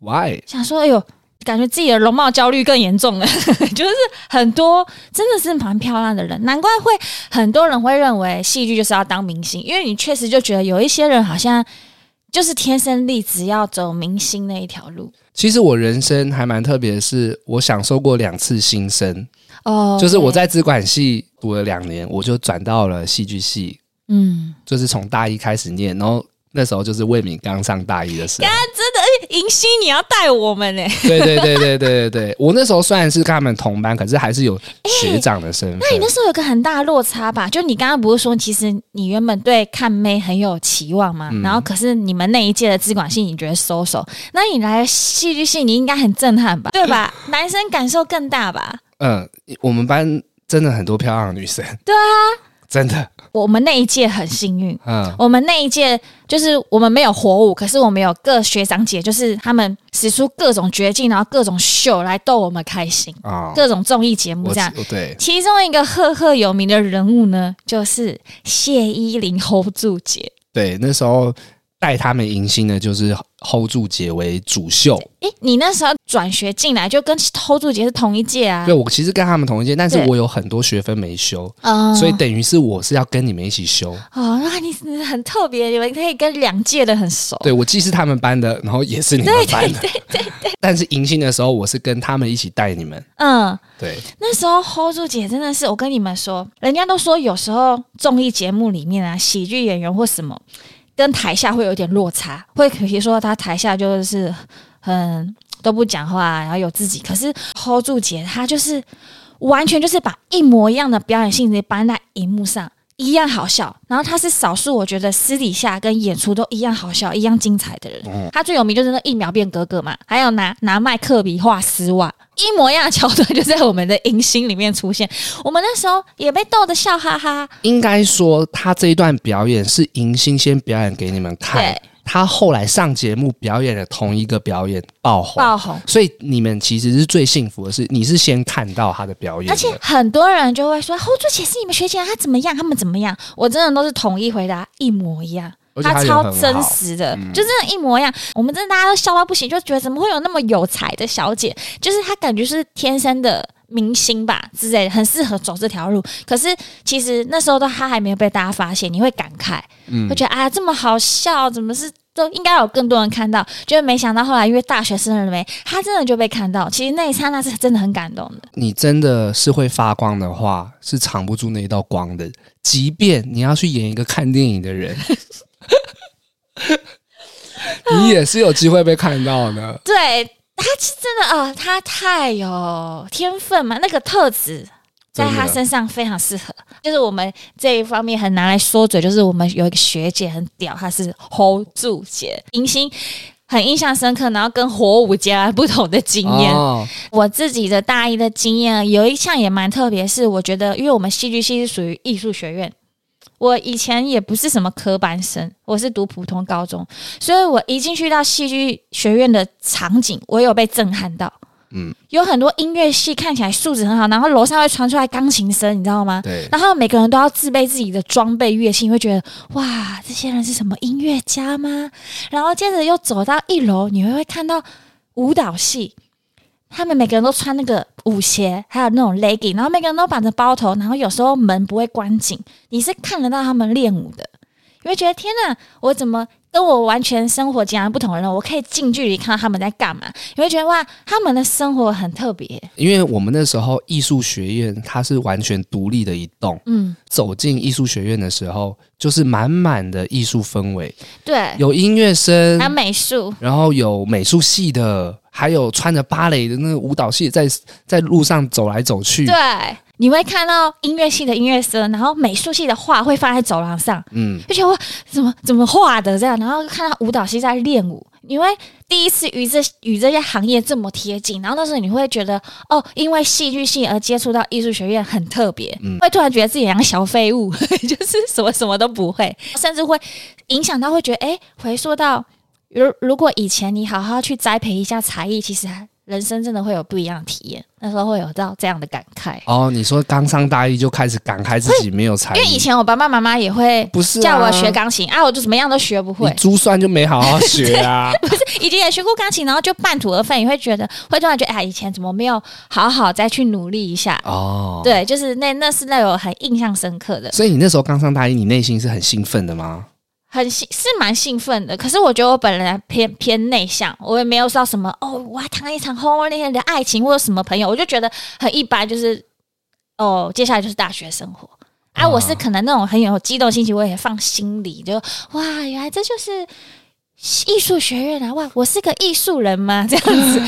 Why？
想说，哎呦，感觉自己的容貌焦虑更严重了， 就是很多真的是蛮漂亮的人，难怪会很多人会认为戏剧就是要当明星，因为你确实就觉得有一些人好像就是天生丽质，要走明星那一条路。
其实我人生还蛮特别的是，我享受过两次新生，
哦，
就是我，在资管系读了两年，我就转到了戏剧系，
嗯，
就是从大一开始念，然后那时候就是魏敏刚上大一的时候。
银星哎你要带我们呢、
对对对对对对对，我那时候虽然是跟他们同班，可是还是有学长的身份。
那你那时候有个很大的落差吧？就你刚刚不是说，其实你原本对看妹很有期望嘛？然后可是你们那一届的资管系你觉得收手，那你来戏剧系你应该很震撼吧？对吧？ 男生感受更大吧？
嗯，我们班真的很多漂亮的女生。对啊，真的，
我们那一届很幸运，
嗯，
我们那一届就是我们没有火舞，可是我们有各学长姐，就是他们使出各种绝技，然后各种秀来逗我们开心，
啊、
各种综艺节目
我
这样。
我对，
其中一个赫赫有名的人物呢，就是谢依霖 hold 住姐。
对，那时候带他们迎新的就是 hold 住姐为主秀。
诶，你那时候转学进来就跟偷渡姐是同一届啊
对，？我其实跟他们同一届，但是
对
我有很多学分没修，
嗯
所以等于是我是要跟你们一起修。
哦，那你你很特别，你们可以跟两届的很熟。
对，我既是他们班的，然后也是你们班的。对对对 但是迎新的时候，我是跟他们一起带你们。
嗯，
对，
那时候 hold 住姐真的是，我跟你们说，人家都说有时候综艺节目里面啊，喜剧演员或什么，跟台下会有点落差，会可以说他台下就是很都不讲话，然后有自己，可是 hold 住姐她就是完全就是把一模一样的表演性质搬在荧幕上。一样好笑，然后她是少数我觉得私底下跟演出都一样好笑、一样精彩的人。她最有名就是那一秒变格格嘛，还有拿拿麦克笔画丝袜，一模一样的桥段就在我们的迎新里面出现。我们那时候也被逗得笑哈哈。
应该说他这一段表演是迎新先表演给你们看
对，
他后来上节目表演了同一个表演爆红。
爆红。
所以你们其实是最幸福的是，你是先看到他的表演
而且
的，
很多人就会说：“哦侯柱姐是你们学姐啊，她怎么样？他们怎么样？”我真的都是统一回答，一模一样。
而且
她
他
超
人很
真
好。嗯
实的，就真的，一模一样。我们真的大家都笑到不行，就觉得怎么会有那么有才的小姐？就是她感觉是天生的明星吧之类的，很适合走这条路。可是其实那时候都她还没有被大家发现，你会感慨，
嗯
会觉得啊，这么好笑，怎么是？都应该有更多人看到，就是没想到后来因为大学生了没，她真的就被看到。其实那一刹那是真的很感动的，
你真的是会发光的话，是藏不住那一道光的。即便你要去演一个看电影的 人，你也是有机会被看到的。
对。她是真的啊、呃，她太有天分嘛，那个特质在他
真的
身上非常适合，就是我们这一方面很拿来说嘴，就是我们有一个学姐很屌，她是 hold 住姐，迎新很印象深刻，然后跟火舞截然不同的经验。
哦，
我自己的大一的经验有一项也蛮特别，是我觉得因为我们戏剧系是属于艺术学院，我以前也不是什么科班生，我是读普通高中，所以我一进去到戏剧学院的场景，我有被震撼到。
嗯，
有很多音乐系看起来素质很好，然后楼上会传出来钢琴声，你知道吗？
对，
然后每个人都要自备自己的装备乐器，你会觉得哇，这些人是什么音乐家吗？然后接着又走到一楼，你会看到舞蹈系，他们每个人都穿那个舞鞋，还有那种 legging，然后每个人都绑着包头，然后有时候门不会关紧，你是看得到他们练舞的，你会觉得天哪，我怎么？跟我完全生活截然不同的人，我可以近距离看到他们在干嘛，你会觉得哇，他们的生活很特别，
因为我们那时候艺术学院它是完全独立的一栋，
嗯，
走进艺术学院的时候，就是满满的艺术氛围，
对，
有音乐声
还有，美术，
然后有美术系的，还有穿着芭蕾的那个舞蹈系在在路上走来走去，
对，你会看到音乐系的音乐生，然后美术系的画会放在走廊上，
嗯，
就觉得哇，怎么怎么画的这样，然后看到舞蹈系在练舞，你会第一次与这与这些行业这么贴近，然后那时候你会觉得哦，因为戏剧系而接触到艺术学院很特别，会突然觉得自己像小废物， 就是什么什么都不会，甚至会影响到会觉得哎，回溯到如如果以前你好好去栽培一下才艺，其实还人生真的会有不一样的体验，那时候会有到这样的感慨。
哦，你说刚上大一就开始感慨自己没有才艺，
因为以前我爸爸妈妈也会
不是、啊、
叫我学钢琴啊，我就怎么样都学不会
你。珠算就没好好学啊。
以前也学过钢琴，然后就半途而废，你会觉得会突然觉得，哎，以前怎么没有好好再去努力一下？
哦，，
对，就是那那是那有很印象深刻的，
所以你那时候刚上大一，你内心是很兴奋的吗？
很兴是蛮兴奋的。可是我觉得我本来偏偏内向，我也没有说什么哦，我要谈一场轰轰烈烈的爱情或者什么朋友，我就觉得很一般，就是哦，接下来就是大学生活。啊，
啊
我是可能那种很有激动心情，我也放心里，就哇，原来这就是艺术学院啊！哇，我是个艺术人吗？这样子，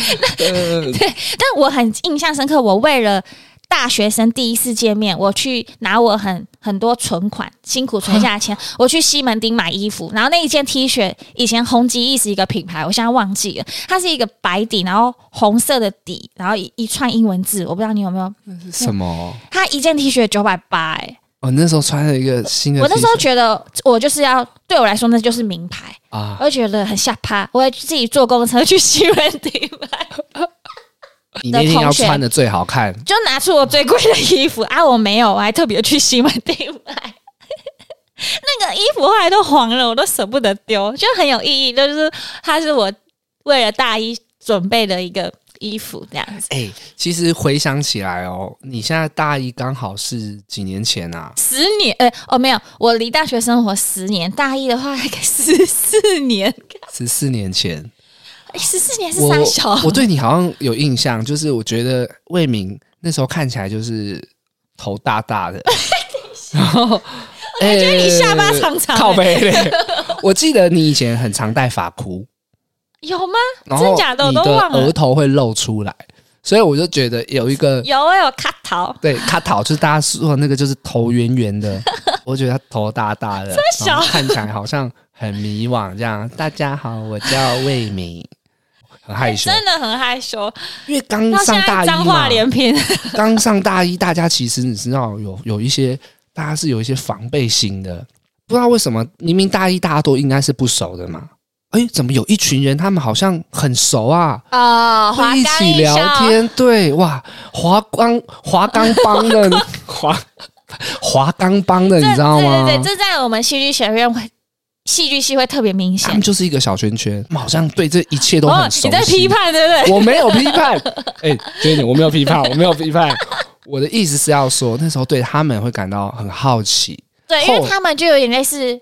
但我很印象深刻，我为了大学生第一次见面，我去拿我很很多存款，辛苦存下 的钱，我去西门町买衣服，然后那一件 T 恤以前红极一时一个品牌，我现在忘记了，它是一个白底，然后红色的底，然后一一串英文字，我不知道你有没有，
什么？
它一件 T 恤九百八，哎，
我、哦那时候穿了一个新的 T 恤，
我那时候觉得我就是要对我来说那就是名牌，
啊，
我就觉得很下趴，我会自己坐公车去西门町买。
你那天要穿的最好看，
就拿出我最贵的衣服啊，我没有，我还特别去西门町买。 那个衣服后来都黄了，我都舍不得丢，就很有意义。就是它是我为了大一准备的一个衣服，这样子。
哎、其实回想起来哦，你现在大一刚好是几年前啊？
十年，呃，哦，没有，我离大学生活十年，大一的话 十四年，
十四年前，
十四年是
我
三小，
我对你好像有印象，就是我觉得魏敏那时候看起来就是头大大 的，然后。我
觉得你下巴长长
呃
的欸
靠背嘞。 我记得你以前很常戴发箍，
有吗？
然后
真假的我
你
都
的
忘了
额头会露出来，所以我就觉得有一个
有，我有卡桃，
对卡塔，就是大家说的那个，就是头圆圆的，我觉得他头大大的，
小
然后看起来好像很迷惘这样。大家好，我叫魏明，很害羞，
真的很害羞，
因为刚
到现
嗯上大
在
一
脏话
嘛，
连篇。
刚上大一，大家其实你知道有有一些大家是有一些防备心的，不知道为什么明明大一大家都应该是不熟的嘛，哎，怎么有一群人他们好像很熟啊？
啊，华
会一
冈
起
艺
聊
校，
天，对哇，华冈华冈帮的华华冈帮的，
这
你知道吗？
对对对，这在我们戏剧学院会戏剧系会特别明
他
显
们。就是一个小圈圈，他们好像对这一切都
哦
很，熟悉。
你在批判对不 对？
我没有批 判，哎、杰女，我没有批判，我没有批判。我的意思是要说，那时候对他们会感到很好奇，
对，因为
后
他们就有点类似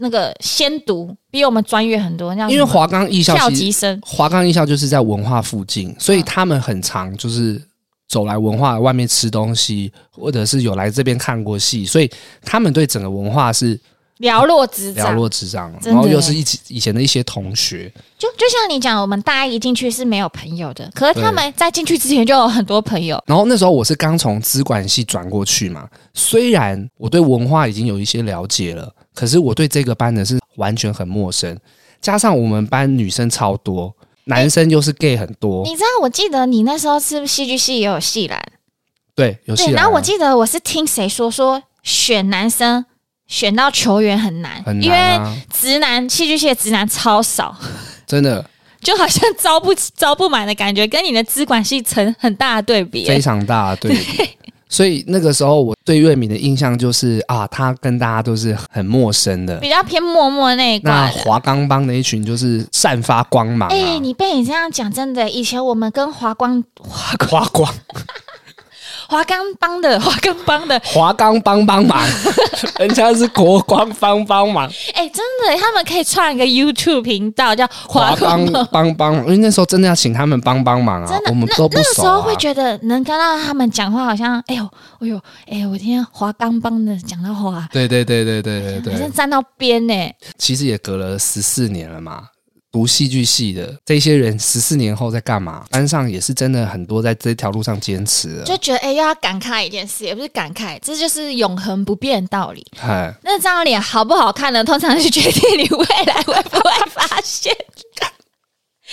那个先读，比我们专业很多，那样
因为华冈艺校
跳
其实
级生
华冈艺校就是在文化附近，所
嗯
以他们很常就是走来文化外面吃东西，或者是有来这边看过戏，所以他们对整个文化是
寥落指
了
掌，
若指掌，
真的
然后又是一起以前的一些同学，
就就像你讲，我们大一进去是没有朋友的，可是
对
他们在进去之前就有很多朋友，
然后那时候我是刚从资管系转过去嘛，虽然我对文化已经有一些了解了，可是我对这个班的是完全很陌生，加上我们班女生超多，男生又是 gay 很多，
你知道，我记得你那时候是不是戏剧系也有戏篮，
对，有戏啊
对。
来
然后
了
我记得我是听谁说说选男生选到球员很难，
很难
因为
啊，
直男戏剧系的直男超少，
真的
就好像招不招不满的感觉，跟你的资管系成很大的对比、
非常大对比。 所以那个时候我对岳敏的印象就是啊，他跟大家都是很陌生的。
比较偏默默那一挂
那
的。
华冈帮的一群就是散发光芒、啊，
哎、你被你这样讲，真的，以前我们跟华光、华
华光
华冈帮的、华冈帮的，
华冈帮帮 忙，人家是国光帮帮忙，
哎、真的，他们可以创一个 YouTube 频道叫华
华
冈
冈
帮。
帮帮忙，因为那时候真的要请他们帮帮忙啊
真，的，
我们
那
都不
那个时
熟
候
啊
会。觉得能跟到他们讲话，好像哎呦，哎呦，哎呦，我今天华冈帮的讲到话，
对对对对对对
好像
对，
站到边呢、
其实也隔了十四年了嘛。读戏剧系的这些人，十四年后在干嘛？班上也是真的很多在这条路上坚持的
就，觉得哎、又要感慨一件事，也不是感慨，这就是永恒不变的道理。
哎，
那张脸好不好看呢，通常是决定你未来会不会发现。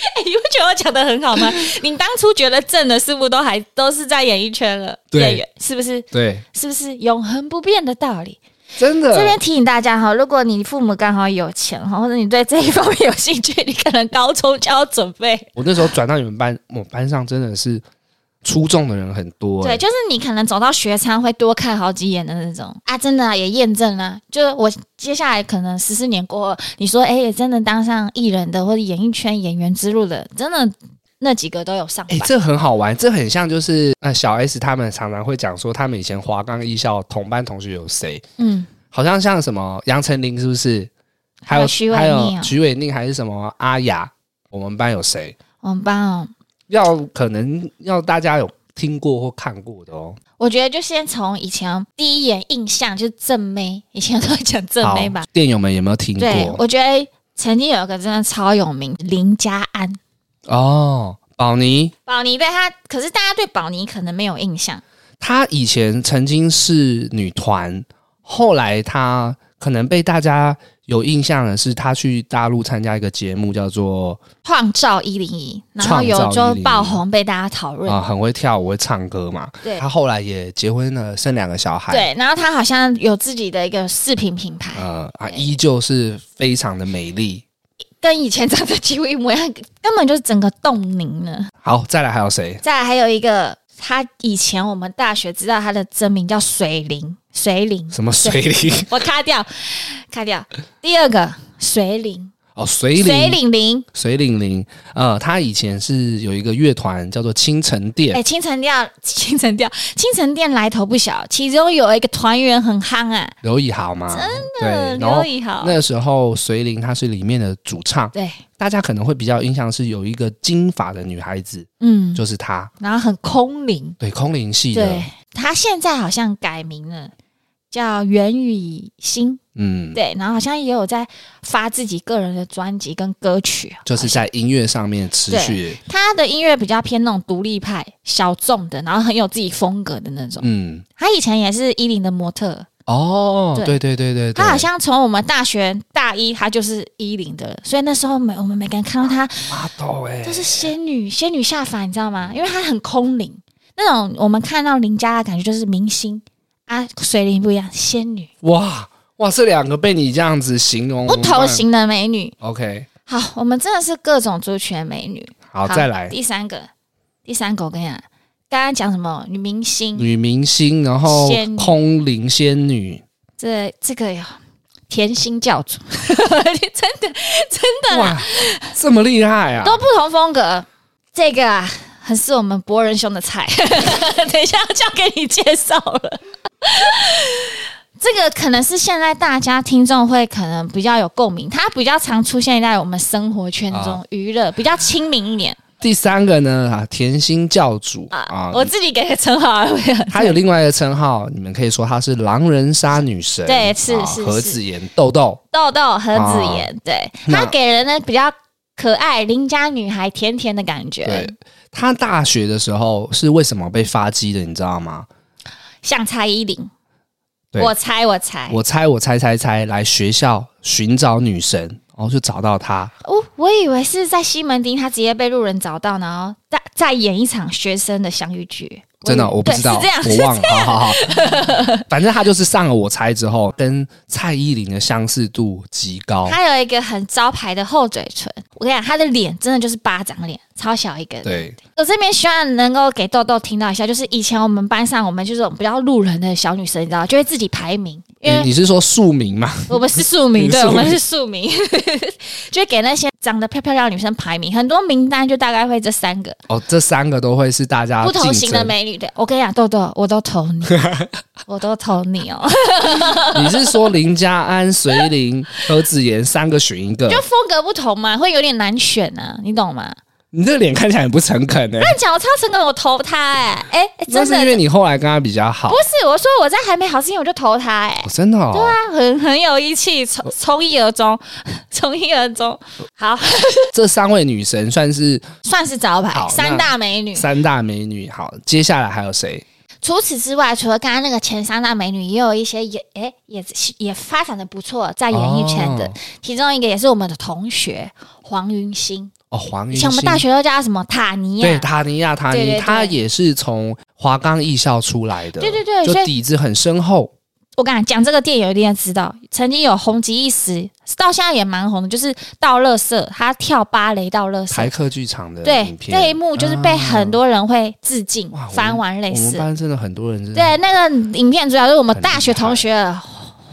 哎、你不觉得我讲的很 好吗？你当初觉得正的，是不是都还都是在演艺圈了？
对
演员是不是？
对，
是不是永恒不变的道理？
真
这
的
边，提醒大家哈，如果你父母刚好有钱哈，或者你对这一方面有兴趣，你可能高中就要准备。
我那时候转到你们班，我班上真的是出众的人很多、
对，
哎
就是你可能走到学餐会多看好几眼的那种啊，真的、啊、也验证了、就是我接下来可能十四年过后，你说哎、也真的当上艺人的或者演艺圈演员之路的，真的那几个都有上
哎、
榜。
这很好玩，这很像就是呃小 S 他们常常会讲说，他们以前华冈艺校同班同学有谁，
嗯，
好像像什么杨丞琳是不是？
还有徐伟
还
宁
有
啊，
徐伟宁还是什么阿雅？我们班有谁？
我们班哦，
要可能要大家有听过或看过的哦。
我觉得就先从以前哦第一眼印象就是正妹，以前都会讲正
好
妹吧。，
电友们有没有听
对，
过？
我觉得曾经有一个真的超有名，林家安。
哦，宝妮，
宝妮对她，可是大家对宝妮可能没有印象。
她以前曾经是女团，后来她可能被大家有印象的是，她去大陆参加一个节目，叫做
创造一零一，然后
创造
有就
101
爆红，被大家讨论。
啊、很会跳舞、会唱歌嘛。
对
她后来也结婚了，生两个小孩。
对，然后她好像有自己的一个饰品品牌，
呃啊，依旧是非常的美丽。
跟以前长得几乎一模一样，根本就是整个冻龄了。
好，再来还有谁？
再来还有一个他以前我们大学知道他的真名叫水灵，水灵，
什么水灵？
我卡掉，卡掉。第二个水灵，
哦，水灵，
水灵灵，
水灵灵，呃，他以前是有一个乐团叫做清晨
哎、
殿，
清晨店， 清晨店，清晨店来头不小，其中有一个团员很夯啊，
刘以豪嘛，对，
嗯，
然后
刘以豪，
那时候水灵她是里面的主唱，
对，
大家可能会比较印象是有一个金发的女孩子，
嗯，
就是她，
然后很空灵，
对，空灵系的
对，他现在好像改名了，叫袁雨欣，
嗯，
对，然后好像也有在发自己个人的专辑跟歌曲，啊
就是在音乐上面持续，
他的音乐比较偏那种独立派、小众的，然后很有自己风格的那种。
嗯，
他以前也是伊林的模特，
哦，对
对
对对对对，
他好像从我们大学大一，他就是伊林的了，所以那时候每我们每个人看到他
阿斗哎
都，是仙女，仙女下凡，你知道吗？因为他很空灵，那种我们看到林家的感觉就是明星啊，水灵不一样，仙女，
哇哇，这两个被你这样子形容
不同型的美女。
，OK，
好，我们真的是各种族群的美女。
好，再来
第三个，第三个我跟你讲，刚刚讲什么女明星，
女明星，然后
仙女
空灵仙女，
这这个呀，甜心教主，真的真的啊
哇，这么厉害啊！
都不同风格，这个啊，很是我们博仁兄的菜， 等一下要交给你介绍了。这个可能是现在大家听众会可能比较有共鸣，它比较常出现在我们生活圈中
啊，
娱乐、比较亲民一点
第三个呢啊，甜心教主
啊。
啊，
我自己给的称号啊，
她有另外一个称号，你们可以说她是狼人杀女神，
对是
啊
是
何
是
子妍豆豆，
豆豆何子妍，
啊
对
那
她给人呢比较可爱、邻家女孩、甜甜的感
对
觉，。
她大学的时候是为什么被发迹的，你知道吗？
像蔡依林。
对
我猜，我猜，
我猜，我猜猜猜，来学校寻找女神，然后就找到她。
哦，我以为是在西门町，他直接被路人找到，然后再再演一场学生的相遇剧。
真的，
以为
我不知道，
对是这
我忘
样。
了，好好好， 反正她就是上了我猜之后，跟蔡依林的相似度极高，
他有一个很招牌的厚嘴唇，我跟你讲，他的脸真的就是巴掌脸，超小一个。
对，
我这边希望能够给豆豆听到一下，就是以前我们班上，我们就是比较路人的小女生，你知道，就会自己排 名，因为
你你是说庶民吗？
我们是庶民，
你
对，
庶
我们
民
是庶民， 就会给那些长得漂漂亮的女生排名，很多名单就大概会这三个。
哦，这三个都会是大家
不同
竞
型
争
的美女的，我跟你讲，豆豆，我都投 你，我都投你哦，
你是说林家安、隋林、何子妍三个选一个
就？风格不同嘛，会有点难选啊，你懂吗？
你这个脸看起来很不诚恳呢、
但讲我超诚恳，我投他哎、哎、哎
那
真
是因为
的
你后来跟他比较好
不，是我说我在还没好之前我就投他哎、
哦真的哦。
他很很有义气，从从一而终， 从一而终，好，
这三位女神算是
算是招牌
好
三
那
大美女。
三大美女。好，接下来还有谁？
除此之外，除了刚刚那个前三大美女，也有一些也哎、也也发展的不错，在演艺圈的，
哦
其中一个也是我们的同学黄云星。
哦，黄云
以
星
前我们大学都叫他什么塔尼亚，
对塔尼亚塔
对对
尼，
对
她也是从华冈艺校出来的，
对对对所
就
以
底子很深厚。
我跟你讲，讲这个电影有一定要知道，曾经有红极一时，到现在也蛮红的，就是到乐色，他跳芭蕾到乐色
台，客剧场的
对
影片
这一幕就是被很多人会致敬
哇我，们
翻完类
我们
似。
班真的很多人真的
对，那个影片主要就是我们
很厉害
大学同学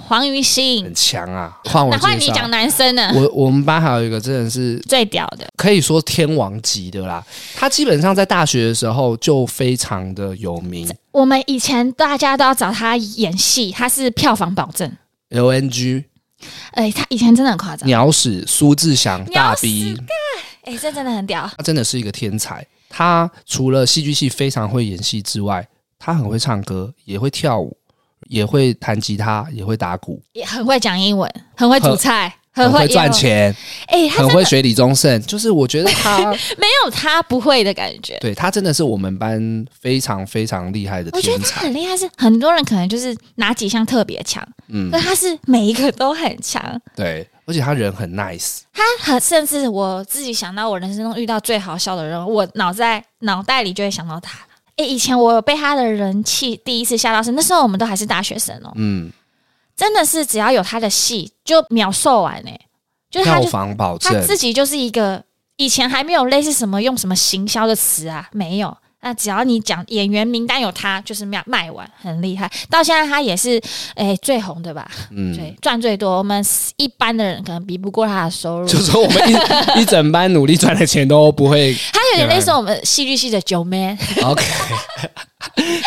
黄于欣
很，强啊。换我
那换你
介绍
讲男生呢，
我我们班还有一个真的是
最屌的，
可以说天王级的啦。他基本上在大学的时候就非常的有名
我们以前大家都要找他演戏，他是票房保证，
，LNG、
哎，他以前真的很夸张，
鸟屎、苏志祥、大 B，
哎，这真的很屌，
他真的是一个天才。他除了戏剧系非常会演戏之外，他很会唱歌，也会跳舞，也会弹吉他，也会打鼓，
也很会讲英文，很会煮菜，
很会
会
赚。钱，
哎、他
很
真
会学李宗盛。就是我觉得他，
没有他不会的感觉。
对他真的是我们班非常非常厉害的
我觉
天
得他
才。
很厉害是，很多人可能就是哪几项特别强，
嗯
可，他是每一个都很强。
对，而且他人很 nice。
他很甚至我自己想到我人生中遇到最好笑的人，我脑在脑袋里就会想到他。哎、以前我有被他的人气第一次吓到是，那时候我们都还是大学生哦，
嗯，
真的是只要有他的戏就秒售完哎、就是他
票
就
房保证
他，自己就是一个以前还没有类似什么用什么行销的词啊，没有，那只要你讲演员名单有他，就是卖卖完，很厉害。到现在他也是诶、最红的吧？
嗯，
对，赚最多。我们一般的人可能比不过他的收入
就。说我们一 一整班努力赚的钱都不会
他有点类似我们戏剧系的九妹，
OK。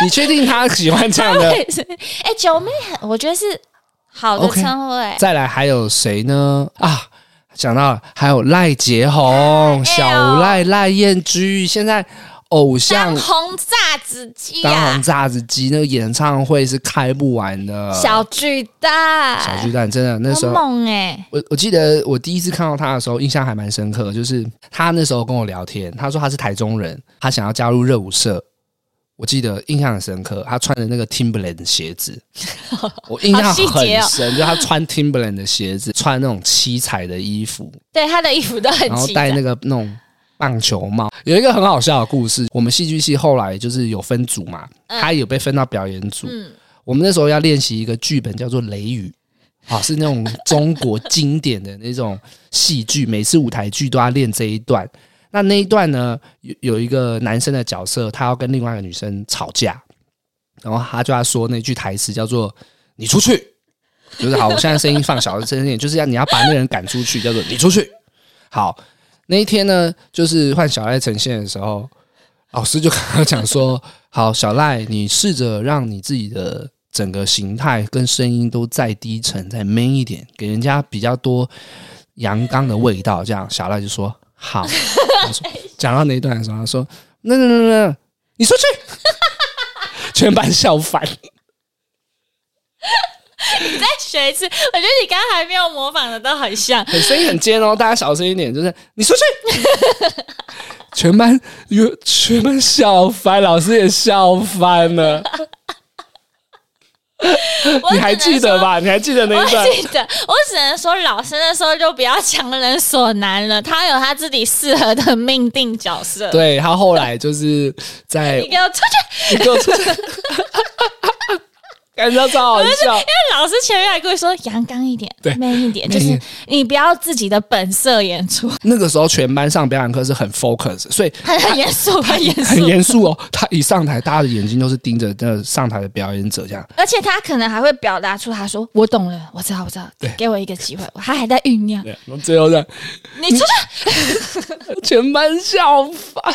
你确定他喜欢这样的？
对，是 哎，九妹很，我觉得是好的
OK
称呼哎。
再来还有谁呢？啊，想到了，还有赖洁
哎
宏、小赖、赖燕居，现在偶像
当红炸子鸡啊
当
呀
红，炸子鸡，啊那个演唱会是开不完的。
小巨
小
蛋，
巨蛋真的那时
很
候
猛哎，
我我记得我第一次看到他的时候，印象还蛮深刻，就是他那时候跟我聊天，他说他是台中人，他想要加入热舞社。我记得印象很深刻，他穿的那个 Timberland 的鞋子，我印象
好细节
很
哦
深，就他穿 Timberland 的鞋子，穿那种七彩的衣服，
对，他的衣服都很
然后
齐
戴
整
那个那种棒球帽。有一个很好笑的故事，我们戏剧系后来就是有分组嘛，
嗯
他有被分到表演组，
嗯，
我们那时候要练习一个剧本，叫做《雷雨》，啊，是那种中国经典的那种戏剧，每次舞台剧都要练这一段。那那一段呢，有有一个男生的角色，他要跟另外一个女生吵架，然后他就要说那句台词叫做“你出去”，就是好，我现在声音放小声一点，就是要你要把那个人赶出去，叫做“你出去”。好，那一天呢，就是换小赖呈现的时候，老师就跟他讲说：“ 好，小赖，你试着让你自己的整个形态跟声音都再低沉、再 man 一点，给人家比较多阳刚的味道。”这样，小赖就说：“好。”他说讲到那一段的时候，他说：“那那那那，你出去！” 全班笑翻。
再学一次，我觉得你刚刚还没有模仿的都很像。
很声音很尖哦，大家小声一点，就是你出去。 全班有全班笑翻，老师也笑翻了。
我
你还
只能
记得
说？
吧？你还记得那
我
一段？
记得，我只能说老师那时候就不要强人所难了，他有他自己适合的命定角色。，
对他后来就是在
你给我出去！
你 给我出去，感觉超好笑。
因为老师前面还跟我说阳刚一点，
对
，man 一点，
man
就
一
是
点
你不要自己的本色演出，
那个时候全班上表演课是很 focus，所以
很很严肃，很严
很
肃。
严肃哦。他一上台，大家的眼睛都是盯着那上台的表演者这样。
而且他可能还会表达出他说：“我懂了，我知道，我知道，给我一个机会。”他还在酝酿。
对，然后最后让
你出去！
全班笑翻。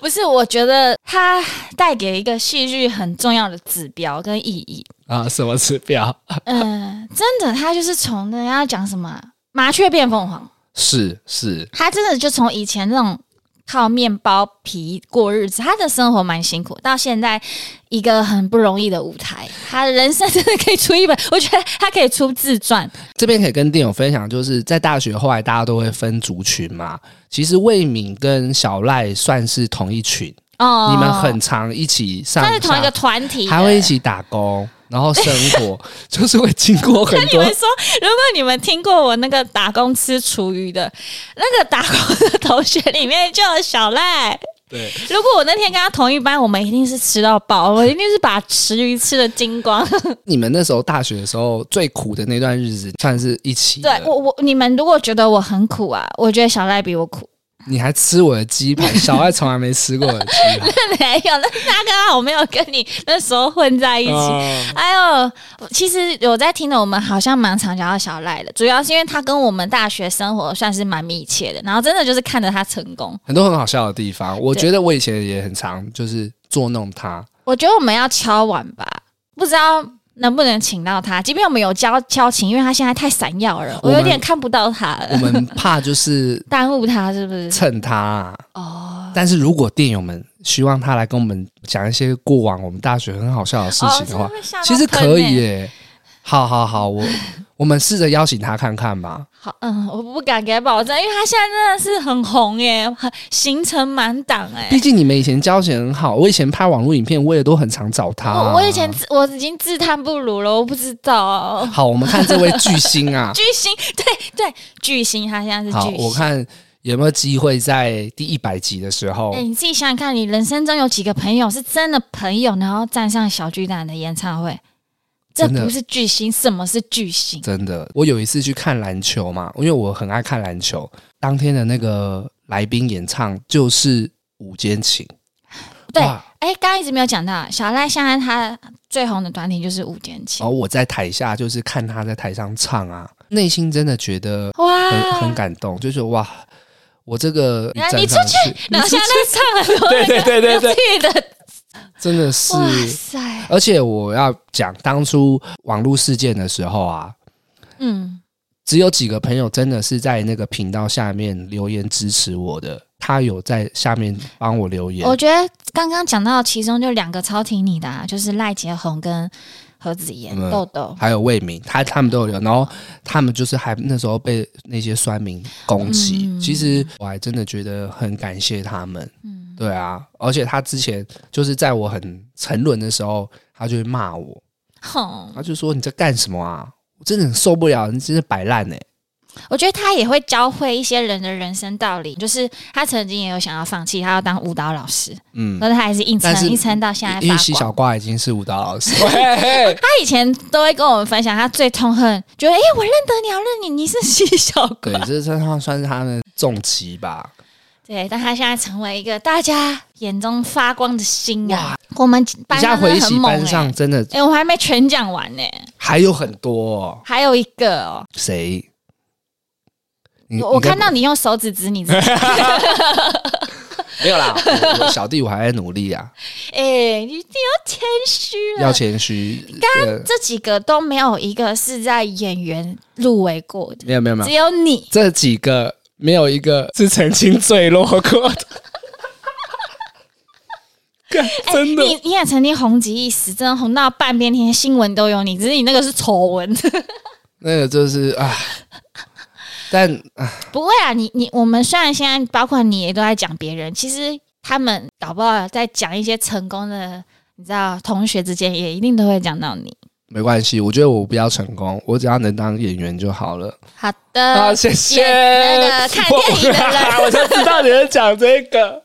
不是，我觉得它带给一个戏剧很重要的指标跟意义。
啊，什么指标？
嗯，真的，它就是从那要讲什么啊麻雀变凤凰，
是是，
它真的就从以前那种靠面包皮过日子，他的生活蛮辛苦，到现在一个很不容易的舞台，他的人生真的可以出一本，我觉得他可以出自传。
这边可以跟电友分享，就是在大学后来大家都会分族群嘛。其实魏敏跟小赖算是同一群，
哦，
你们很常一起 上
他是同一个
下，
团体的，
还会一起打工，然后生 活，就是会经过很
你
多
们。说，如果你们听过我那个打工吃厨余的那个打工的同学里面就有小赖。
对，
如果我那天跟他同一班，我们一定是吃到饱，我一定是把池鱼吃的精光。
你们那时候大学的时候最苦的那段日子，算是一起的。
对我，我你们如果觉得我很苦啊，我觉得小赖比我苦。
你还吃我的鸡排，小赖从来没吃过我的鸡 排。
没有，那那刚好我没有跟你那时候混在一起。
哦
哎呦，其实我在听的，我们好像蛮常讲到小赖的，主要是因为他跟我们大学生活算是蛮密切的，然后真的就是看着他成功。
很多很好笑的地方，我
对
觉得我以前也很常就是捉弄 他。
我觉得我们要敲碗吧，不知道能不能请到他。即便我们有敲敲请，因为他现在太闪耀了，
我
我
们
有点看不到他
我
了，
们怕就是
耽误他是不是？
蹭他啊、
哦
但是如果电友们希望他来跟我们讲一些过往我们大学很好笑的事
哦，
情的话，
真的会吓到
其实可以
喷欸。
耶、好好好， 我我们试着邀请他看看吧。
好，嗯，我不敢给他保证，因为他现在真的是很红耶，很行程满档哎
毕。竟你们以前交情很好，我以前拍网络影片，我也都很常找他、啊
我我以前自我已经自叹不如了，我不知道，
好，我们看这位巨星啊
巨星，对对，巨星，他现在是
好，
巨
我
星。
看有没有机会在第一百集的时候
哎、，你自己想想看，你人生中有几个朋友是真的朋友，然后站上小巨蛋的演唱会？这
真的
不是巨星，什么是巨星？
真的，我有一次去看篮球嘛，因为我很爱看篮球，当天的那个来宾演唱就是午间情，
对
哇
哎，刚刚一直没有讲到小赖，现在他最红的团体就是五点七
然后，我在台下就是看他在台上唱啊，内心真的觉得
哇，
很很感动，就是哇，我这个
啊
站
你出
上去，
然后现在唱很多
对对对对对，
对的，
真的是，
哇塞，
而且我要讲当初网络事件的时候啊，
嗯，
只有几个朋友真的是在那个频道下面留言支持我的，他有在下面帮我留言
我，觉得刚刚讲到其中就两个超挺你的、啊，就是赖洁红跟何子妍、
嗯
豆豆，
还有魏明，他他们都有留，然后他们就是还那时候被那些酸民攻击，
嗯
其实我还真的觉得很感谢他们，
嗯
对啊，而且他之前就是在我很沉沦的时候，他就会骂我，
哼，
他就说你在干什么啊？我真的很受不了，你真是摆烂哎！
我觉得他也会教会一些人的人生道理，就是他曾经也有想要放弃，他要当舞蹈老师，
嗯，
但是他还是硬
但是
撑，硬撑到现在
因为
发
西
光
小。瓜已经是舞蹈老 师，嘿嘿
他以前都会跟我们分享，他最痛恨，觉得哎、诶我认得你，我认你，你是 西小
对
鬼。，
这算他算是他的重疾吧。
对，但他现在成为一个大家眼中发光的星啊！我们
你
班
现在
上
回
真的很
洗
猛哎、
班上真的
哎、我还没全讲完呢、
还有很多哦
还有一个哦，
谁？你
我我
你该
看到你 用手指指你自己，
没有啦？我我小弟我还在努力 啊，
哎、你一定要谦虚
要
了。
谦虚。呃
这几个都没有一个是在演员入围过的，
没有没有没有
只，有你。
这几个没有一个是曾经坠落过的。 干
哎
真的，
你你也曾经红极一时，真的红到半边天，新闻都有你，只是你那个是丑闻。
那个就是啊，但啊
不会啊，你你我们虽然现在包括你也都在讲别人，其实他们搞不好在讲一些成功的，你知道，同学之间也一定都会讲到你。
没关系，我觉得我不要成功，我只要能当演员就好了。
好
好，
的，
谢谢。
呃那 个看电影的人
我我就知道你在讲这 个。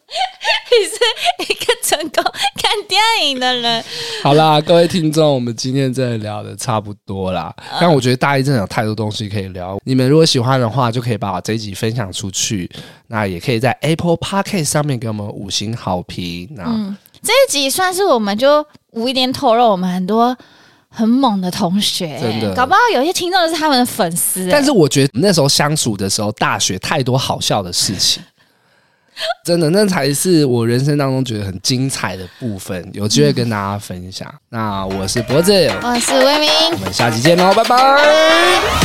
一个成功看电影的人，
好啦，各位听众，我们今天真的聊的差不多啦。
呃
但我觉得大一真的有太多东西可以聊。你们如果喜欢的话，就可以把这一集分享出去。那也可以在 Apple Podcast 上面给我们五星好评。那、
嗯，这一集算是我们就无意间透露我们很多很猛的同学、
真的
搞不好有些听众是他们的粉丝、欸
但是我觉得那时候相处的时候，大学太多好笑的事 情，真的，那才是我人生当中觉得很精彩的部分。有机会跟大家分享。那我是脖子，
我是威明。
我们下期见喽，拜拜。